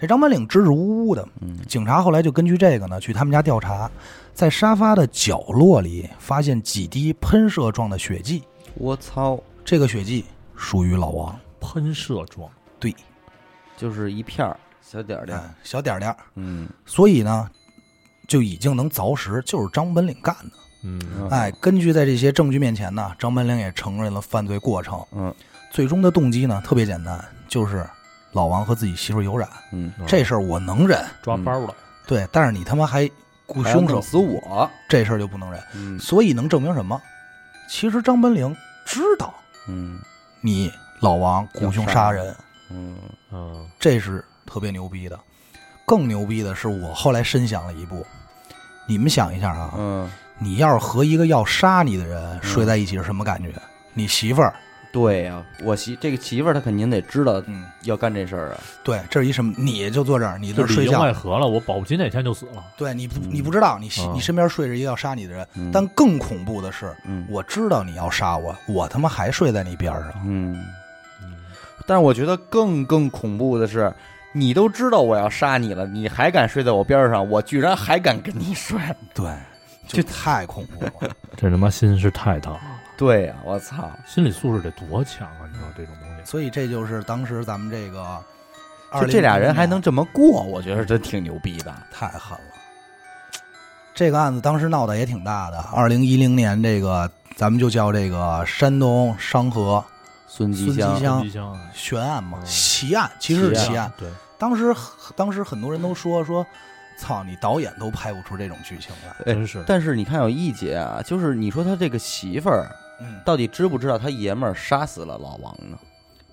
[SPEAKER 1] 这张本岭支支吾吾的，警察后来就根据这个呢，去他们家调查，在沙发的角落里发现几滴喷射状的血迹，
[SPEAKER 2] 我操，
[SPEAKER 1] 这个血迹属于老王，
[SPEAKER 3] 喷射状，
[SPEAKER 1] 对，
[SPEAKER 2] 就是一片儿小点儿点儿。
[SPEAKER 1] 哎，小点儿点儿，
[SPEAKER 2] 嗯，
[SPEAKER 1] 所以呢，就已经能凿实就是张本岭干的。
[SPEAKER 3] 嗯，
[SPEAKER 1] 哎，根据在这些证据面前呢，张本岭也承认了犯罪过程，
[SPEAKER 2] 嗯
[SPEAKER 1] 最终的动机呢特别简单，就是老王和自己媳妇儿有染，
[SPEAKER 2] 嗯，
[SPEAKER 1] 这事儿我能忍，
[SPEAKER 3] 抓包了，
[SPEAKER 1] 对，但是你他妈还雇
[SPEAKER 2] 还要
[SPEAKER 1] 凶
[SPEAKER 2] 弄
[SPEAKER 1] 手，
[SPEAKER 2] 死我。
[SPEAKER 1] 这事儿就不能忍。
[SPEAKER 2] 嗯
[SPEAKER 1] 所以能证明什么？其实张本岭知道
[SPEAKER 2] 嗯
[SPEAKER 1] 你老王雇凶杀人，
[SPEAKER 2] 嗯
[SPEAKER 3] 嗯
[SPEAKER 1] 这是特别牛逼的。更牛逼的是，我后来深想了一步，你们想一下啊，
[SPEAKER 2] 嗯，
[SPEAKER 1] 你要是和一个要杀你的人睡在一起是什么感觉？你媳妇儿，
[SPEAKER 2] 对呀、我媳这个媳妇儿她肯定得知道
[SPEAKER 1] 嗯，
[SPEAKER 2] 要干这事儿啊，
[SPEAKER 1] 对，这是一什么？你就坐这儿，你
[SPEAKER 3] 就
[SPEAKER 1] 在这儿
[SPEAKER 3] 里
[SPEAKER 1] 睡
[SPEAKER 3] 应
[SPEAKER 1] 觉
[SPEAKER 3] 外，合了，我保不齐哪天就死了。
[SPEAKER 1] 对你不你不知道，你媳
[SPEAKER 3] 啊
[SPEAKER 1] 你身边睡着一个要杀你的人。
[SPEAKER 2] 嗯
[SPEAKER 1] 但更恐怖的是，
[SPEAKER 2] 嗯
[SPEAKER 1] 我知道你要杀我，我他妈还睡在你边儿上。
[SPEAKER 2] 嗯，但是我觉得更更恐怖的是，你都知道我要杀你了，你还敢睡在我边儿上，我居然还敢跟你睡，
[SPEAKER 1] 对，这太恐怖 了。
[SPEAKER 3] 这他妈心是太大了，
[SPEAKER 2] 对呀、我操，
[SPEAKER 3] 心理素质得多强啊！你知道这种东西，
[SPEAKER 1] 所以这就是当时咱们这个
[SPEAKER 2] 就这俩人还
[SPEAKER 1] 2000
[SPEAKER 2] 能这么过，我觉得真挺牛逼的。
[SPEAKER 1] 太狠了。这个案子当时闹得也挺大的。二零一零年，这个咱们就叫这个山东商河
[SPEAKER 2] 孙
[SPEAKER 1] 吉祥
[SPEAKER 2] 祥
[SPEAKER 1] 孙吉，像
[SPEAKER 3] 机箱啊
[SPEAKER 1] 悬案嘛，
[SPEAKER 3] 嗯
[SPEAKER 1] 奇案，其实是
[SPEAKER 2] 奇
[SPEAKER 1] 奇案。，
[SPEAKER 3] 对，
[SPEAKER 1] 当时当时很多人都说说，操你导演都拍不出这种剧情来。
[SPEAKER 2] 哎
[SPEAKER 3] 真是
[SPEAKER 2] 但是你看有一节啊，就是你说他这个媳妇儿
[SPEAKER 1] 嗯，
[SPEAKER 2] 到底知不知道他爷们儿杀死了老王呢？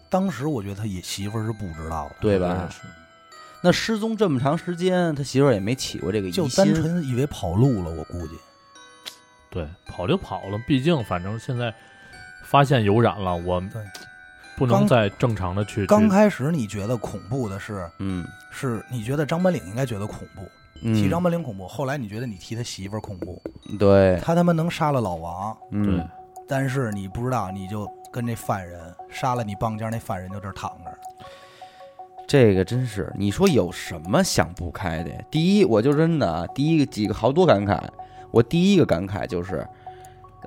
[SPEAKER 1] 当时我觉得他也媳妇儿是不知道的，
[SPEAKER 2] 对吧？那失踪这么长时间，他媳妇儿也没起过这个疑
[SPEAKER 1] 就
[SPEAKER 2] 心，
[SPEAKER 1] 单纯以为跑路了，我估计。
[SPEAKER 3] 对，跑就跑了，毕竟反正现在发现有染了，我
[SPEAKER 1] 对
[SPEAKER 3] 不能
[SPEAKER 1] 刚
[SPEAKER 3] 再正常的去
[SPEAKER 1] 刚
[SPEAKER 3] 去
[SPEAKER 1] 开始你觉得恐怖的是，
[SPEAKER 2] 嗯，
[SPEAKER 1] 是你觉得张本岭应该觉得恐怖，
[SPEAKER 2] 嗯
[SPEAKER 1] 替张本岭恐怖。后来你觉得你替他媳妇儿恐怖，
[SPEAKER 2] 对，
[SPEAKER 1] 他他妈能杀了老王，
[SPEAKER 3] 对
[SPEAKER 2] 嗯，
[SPEAKER 1] 但是你不知道，你就跟这犯人杀了你棒尖儿那犯人就这儿躺着。
[SPEAKER 2] 这个真是，你说有什么想不开的？第一，我就真的啊，第一个几个好多感慨，我第一个感慨就是，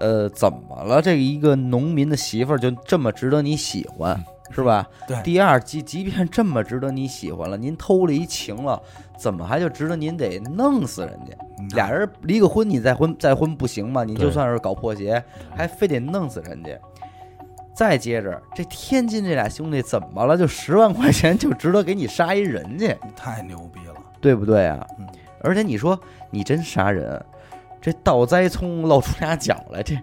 [SPEAKER 2] 呃，怎么了？这一个农民的媳妇儿就这么值得你喜欢，是吧？
[SPEAKER 1] 对
[SPEAKER 2] 第二，即即便这么值得你喜欢了，您偷了一情了，怎么还就值得您得弄死人家？俩人离个婚，你再婚再婚不行吗？你就
[SPEAKER 3] 对
[SPEAKER 2] 算是搞破鞋，还非得弄死人家。再接着，这天津这俩兄弟怎么了？就十万块钱就值得给你杀一人家，
[SPEAKER 1] 太牛逼了，
[SPEAKER 2] 对不对啊
[SPEAKER 1] 嗯？
[SPEAKER 2] 而且你说你真杀人，这倒栽葱露出俩脚来，这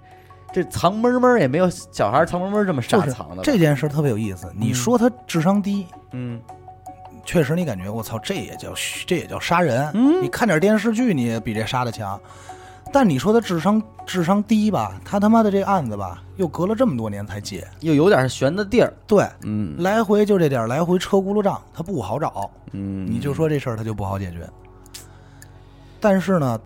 [SPEAKER 2] 这藏闷闷也没有小孩藏闷闷这么傻
[SPEAKER 1] 就是
[SPEAKER 2] 藏的吧。
[SPEAKER 1] 这件事儿特别有意思。你说他智商低，
[SPEAKER 2] 嗯，
[SPEAKER 1] 确实你感觉我操，这也叫虚这也叫杀人。
[SPEAKER 2] 嗯
[SPEAKER 1] 你看点电视剧，你也比这杀的强。但你说他智商智商低吧，他他妈的这案子吧，又隔了这么多年才解，
[SPEAKER 2] 又有点悬的地儿。
[SPEAKER 1] 对，
[SPEAKER 2] 嗯
[SPEAKER 1] 来回就这点儿来回车轱辘账，他不好找。
[SPEAKER 2] 嗯，
[SPEAKER 1] 你就说这事儿他就不好解决。但是呢，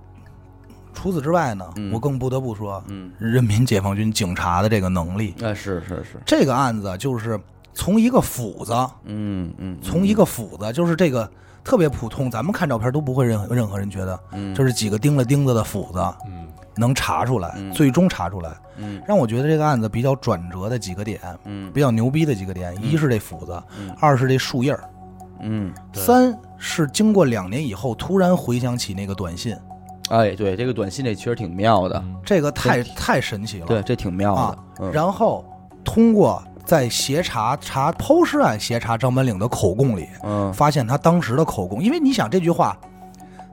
[SPEAKER 1] 除此之外呢，
[SPEAKER 2] 嗯
[SPEAKER 1] 我更不得不说，
[SPEAKER 2] 嗯，
[SPEAKER 1] 人民解放军警察的这个能力，
[SPEAKER 2] 啊，是是是，
[SPEAKER 1] 这个案子就是从一个斧子，
[SPEAKER 2] 嗯嗯，
[SPEAKER 1] 从一个斧子，就是这个特别普通，咱们看照片都不会任何任何人觉得，
[SPEAKER 2] 嗯
[SPEAKER 1] 就是几个钉了钉子的斧子
[SPEAKER 3] 嗯
[SPEAKER 1] 能查出来，
[SPEAKER 2] 嗯
[SPEAKER 1] 最终查出来，
[SPEAKER 2] 嗯
[SPEAKER 1] 让我觉得这个案子比较转折的几个点，
[SPEAKER 2] 嗯
[SPEAKER 1] 比较牛逼的几个点，一是这斧子，
[SPEAKER 2] 嗯
[SPEAKER 1] 二是这树叶儿，
[SPEAKER 2] 嗯，
[SPEAKER 3] 对
[SPEAKER 1] 三是经过两年以后突然回想起那个短信，
[SPEAKER 2] 哎，对，这个短信这确实挺妙的，
[SPEAKER 3] 嗯
[SPEAKER 1] 这个太太神奇了。
[SPEAKER 2] 对，这挺妙
[SPEAKER 1] 啊
[SPEAKER 2] 的。嗯
[SPEAKER 1] 然后通过在协查查抛尸案协查张本岭的口供里，
[SPEAKER 2] 嗯
[SPEAKER 1] 发现他当时的口供，因为你想这句话，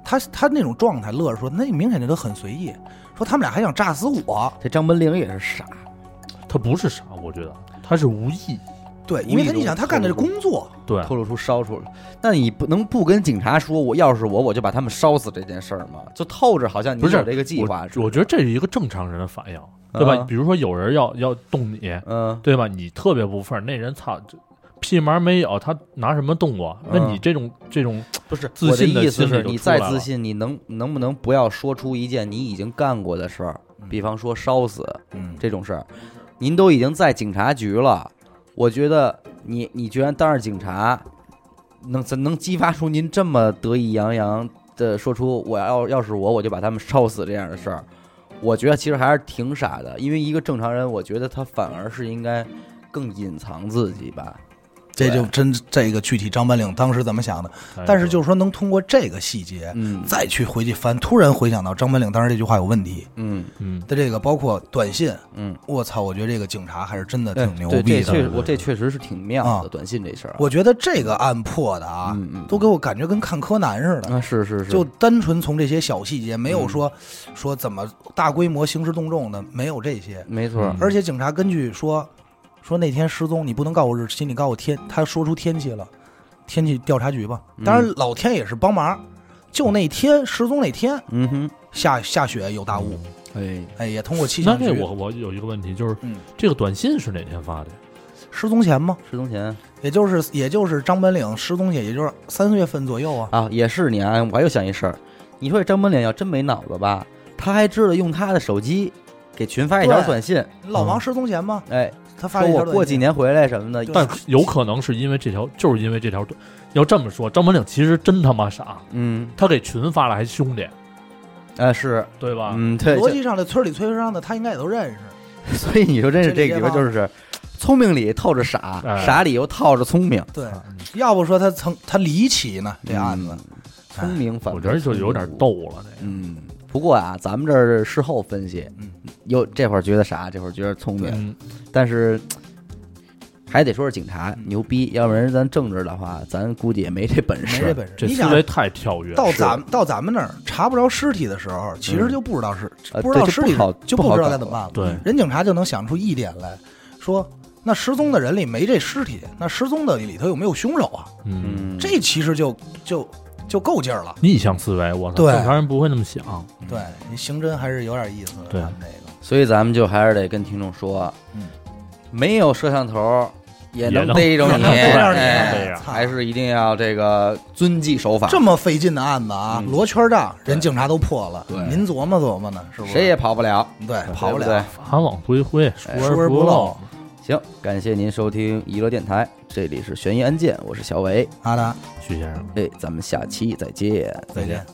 [SPEAKER 1] 他他那种状态，乐着说，那明显就都很随意，说他们俩还想炸死我，
[SPEAKER 2] 这张本岭也是傻，
[SPEAKER 3] 嗯他不是傻，我觉得他是无意，
[SPEAKER 1] 对，
[SPEAKER 2] 无意
[SPEAKER 1] 因为他
[SPEAKER 2] 中
[SPEAKER 1] 你想他干的这工作，
[SPEAKER 3] 对，啊
[SPEAKER 2] 透露出烧出来。那你不能不跟警察说，我要是我，我就把他们烧死这件事儿吗？就透着好像你
[SPEAKER 3] 不是
[SPEAKER 2] 有这个计划
[SPEAKER 3] 我我觉得这是一个正常人的反应，对吧？
[SPEAKER 2] 啊
[SPEAKER 3] 比如说有人要要动你，
[SPEAKER 2] 嗯
[SPEAKER 3] 对吧？你特别不忿儿，那人操，这屁毛没有，他拿什么动我？那
[SPEAKER 2] 嗯
[SPEAKER 3] 你这种这种，
[SPEAKER 2] 不是
[SPEAKER 3] 自信
[SPEAKER 2] 我
[SPEAKER 3] 的
[SPEAKER 2] 的意思
[SPEAKER 3] 心理
[SPEAKER 2] 是
[SPEAKER 3] 就
[SPEAKER 2] 你
[SPEAKER 3] 出来
[SPEAKER 2] 再
[SPEAKER 3] 了
[SPEAKER 2] 自信，你能能不能不要说出一件你已经干过的事儿？比方说烧死
[SPEAKER 1] 嗯，
[SPEAKER 2] 这种事儿，您都已经在警察局了，我觉得你你居然当着警察，能怎能激发出您这么得意洋洋的说出我要要是我我就把他们烧死这样的事儿，我觉得其实还是挺傻的，因为一个正常人，我觉得他反而是应该更隐藏自己吧。
[SPEAKER 1] 这就真这个具体张本岭当时怎么想的，
[SPEAKER 3] 哎
[SPEAKER 1] 但是就是说能通过这个细节。
[SPEAKER 2] 嗯
[SPEAKER 1] 再去回去翻，突然回想到张本岭当时这句话有问题，
[SPEAKER 2] 嗯
[SPEAKER 3] 嗯，
[SPEAKER 1] 的这个包括短信，
[SPEAKER 2] 嗯，
[SPEAKER 1] 我操，我觉得这个警察还是真的
[SPEAKER 2] 哎
[SPEAKER 1] 挺牛
[SPEAKER 2] 对
[SPEAKER 1] 逼
[SPEAKER 2] 这
[SPEAKER 1] 的。
[SPEAKER 2] 确实我这确实是挺妙的，
[SPEAKER 1] 啊
[SPEAKER 2] 短信这事儿啊。
[SPEAKER 1] 我觉得这个案破的啊，
[SPEAKER 2] 嗯嗯
[SPEAKER 1] 都给我感觉跟看柯南似的，
[SPEAKER 2] 啊是是嗯是，
[SPEAKER 1] 就单纯从这些小细节，没有说、说怎么大规模兴师动众的，没有这些。
[SPEAKER 2] 没错儿，
[SPEAKER 3] 嗯
[SPEAKER 1] 而且警察根据说说那天失踪，你不能告我日期，你告我天。他说出天气了，天气调查局吧。
[SPEAKER 2] 嗯
[SPEAKER 1] 当然，老天也是帮忙。就那天失踪那天
[SPEAKER 2] 嗯哼，
[SPEAKER 1] 下下雪有大雾，
[SPEAKER 2] 哎，
[SPEAKER 1] 哎，也通过气
[SPEAKER 3] 嗯那
[SPEAKER 1] 象
[SPEAKER 3] 这
[SPEAKER 1] 局
[SPEAKER 3] 我我有一个问题，就是、
[SPEAKER 1] 嗯
[SPEAKER 3] 这个短信是哪天发的呀？
[SPEAKER 1] 失踪前嘛，
[SPEAKER 2] 失踪前
[SPEAKER 1] 也就是也就是张本岭失踪前，也就是三月份左右啊。
[SPEAKER 2] 啊，也是你啊，我又想一事儿，你说这张本脸要真没脑子吧，他还知道用他的手机给群发一条
[SPEAKER 1] 对
[SPEAKER 2] 短信，
[SPEAKER 1] 老王失踪前嘛，
[SPEAKER 2] 哎，
[SPEAKER 1] 他发
[SPEAKER 2] 说
[SPEAKER 1] 了一条
[SPEAKER 2] 我
[SPEAKER 1] 短信
[SPEAKER 2] 过几年回来什么的，
[SPEAKER 1] 对
[SPEAKER 3] 但有可能是因为这条，就是因为这条短。要这么说，张本岭其实真他妈傻，
[SPEAKER 2] 嗯，
[SPEAKER 3] 他给群发了还兄弟，
[SPEAKER 2] 呃，是，
[SPEAKER 3] 对吧？
[SPEAKER 2] 嗯，对，
[SPEAKER 1] 逻辑上的村里崔上的他应该也都认识。
[SPEAKER 2] 就所以你说真是
[SPEAKER 1] 这
[SPEAKER 2] 这个
[SPEAKER 1] 里
[SPEAKER 2] 里边就是聪明里透着傻，
[SPEAKER 3] 哎
[SPEAKER 2] 傻里又透着聪明，
[SPEAKER 1] 对，
[SPEAKER 3] 嗯
[SPEAKER 1] 要不说他曾他离奇呢这案子哎
[SPEAKER 2] 嗯。聪明反，
[SPEAKER 3] 我觉得就有点。逗了，这个。
[SPEAKER 2] 嗯，不过啊，咱们这儿事后分析，
[SPEAKER 1] 嗯，
[SPEAKER 2] 有这会儿觉得傻，这会儿觉得聪明，
[SPEAKER 3] 嗯，
[SPEAKER 2] 但是还得说是警察
[SPEAKER 1] 嗯
[SPEAKER 2] 牛逼，要不然咱政治的话，咱估计也没这本
[SPEAKER 1] 没这
[SPEAKER 2] 事。
[SPEAKER 1] 本事。
[SPEAKER 3] 这
[SPEAKER 1] 你
[SPEAKER 3] 思
[SPEAKER 1] 想
[SPEAKER 3] 维太跳跃。
[SPEAKER 1] 到
[SPEAKER 3] 是
[SPEAKER 1] 咱到咱们那儿查不着尸体的时候，其实就不知道是、
[SPEAKER 2] 呃
[SPEAKER 1] 不知道
[SPEAKER 2] 嗯对就
[SPEAKER 1] 尸
[SPEAKER 2] 不
[SPEAKER 1] 体
[SPEAKER 2] 好
[SPEAKER 1] 就
[SPEAKER 2] 不
[SPEAKER 1] 不
[SPEAKER 2] 好
[SPEAKER 1] 知道
[SPEAKER 2] 搞
[SPEAKER 1] 该怎么办了。
[SPEAKER 3] 对，
[SPEAKER 1] 人警察就能想出一点来说，那失踪的人里没这尸体，那失踪的里头有没有凶手啊？
[SPEAKER 3] 嗯，
[SPEAKER 2] 嗯，
[SPEAKER 1] 这其实就就就够劲儿了。
[SPEAKER 3] 逆向思维，我操，
[SPEAKER 1] 对
[SPEAKER 3] 正常人不会那么想。
[SPEAKER 2] 嗯
[SPEAKER 1] 对，你刑侦还是有点意思的。
[SPEAKER 3] 对
[SPEAKER 1] 咱们这个
[SPEAKER 2] 所以咱们就还是得跟听众说，
[SPEAKER 1] 嗯，
[SPEAKER 2] 没有摄像头也
[SPEAKER 3] 也
[SPEAKER 2] 能
[SPEAKER 3] 能
[SPEAKER 2] 逮着你，
[SPEAKER 1] 也能逮着你
[SPEAKER 2] 哎
[SPEAKER 3] 对呀
[SPEAKER 2] 还是一定要这个遵纪守法，
[SPEAKER 1] 这么费劲的案子啊，
[SPEAKER 2] 嗯
[SPEAKER 1] 罗圈账人
[SPEAKER 2] 对
[SPEAKER 1] 警察都破了
[SPEAKER 2] 对，
[SPEAKER 1] 您琢磨琢磨呢，是不是？
[SPEAKER 2] 谁也跑不了。
[SPEAKER 1] 对，跑不
[SPEAKER 2] 对不对
[SPEAKER 1] 了。
[SPEAKER 3] 法网恢恢，疏
[SPEAKER 2] 哎
[SPEAKER 1] 疏而
[SPEAKER 3] 而
[SPEAKER 1] 不漏
[SPEAKER 3] 漏。
[SPEAKER 2] 行，感谢您收听娱乐电台，这里是悬疑案件，我是小伟，
[SPEAKER 1] 阿达，
[SPEAKER 3] 徐先生。
[SPEAKER 2] 哎，咱们下期再见。
[SPEAKER 1] 再见。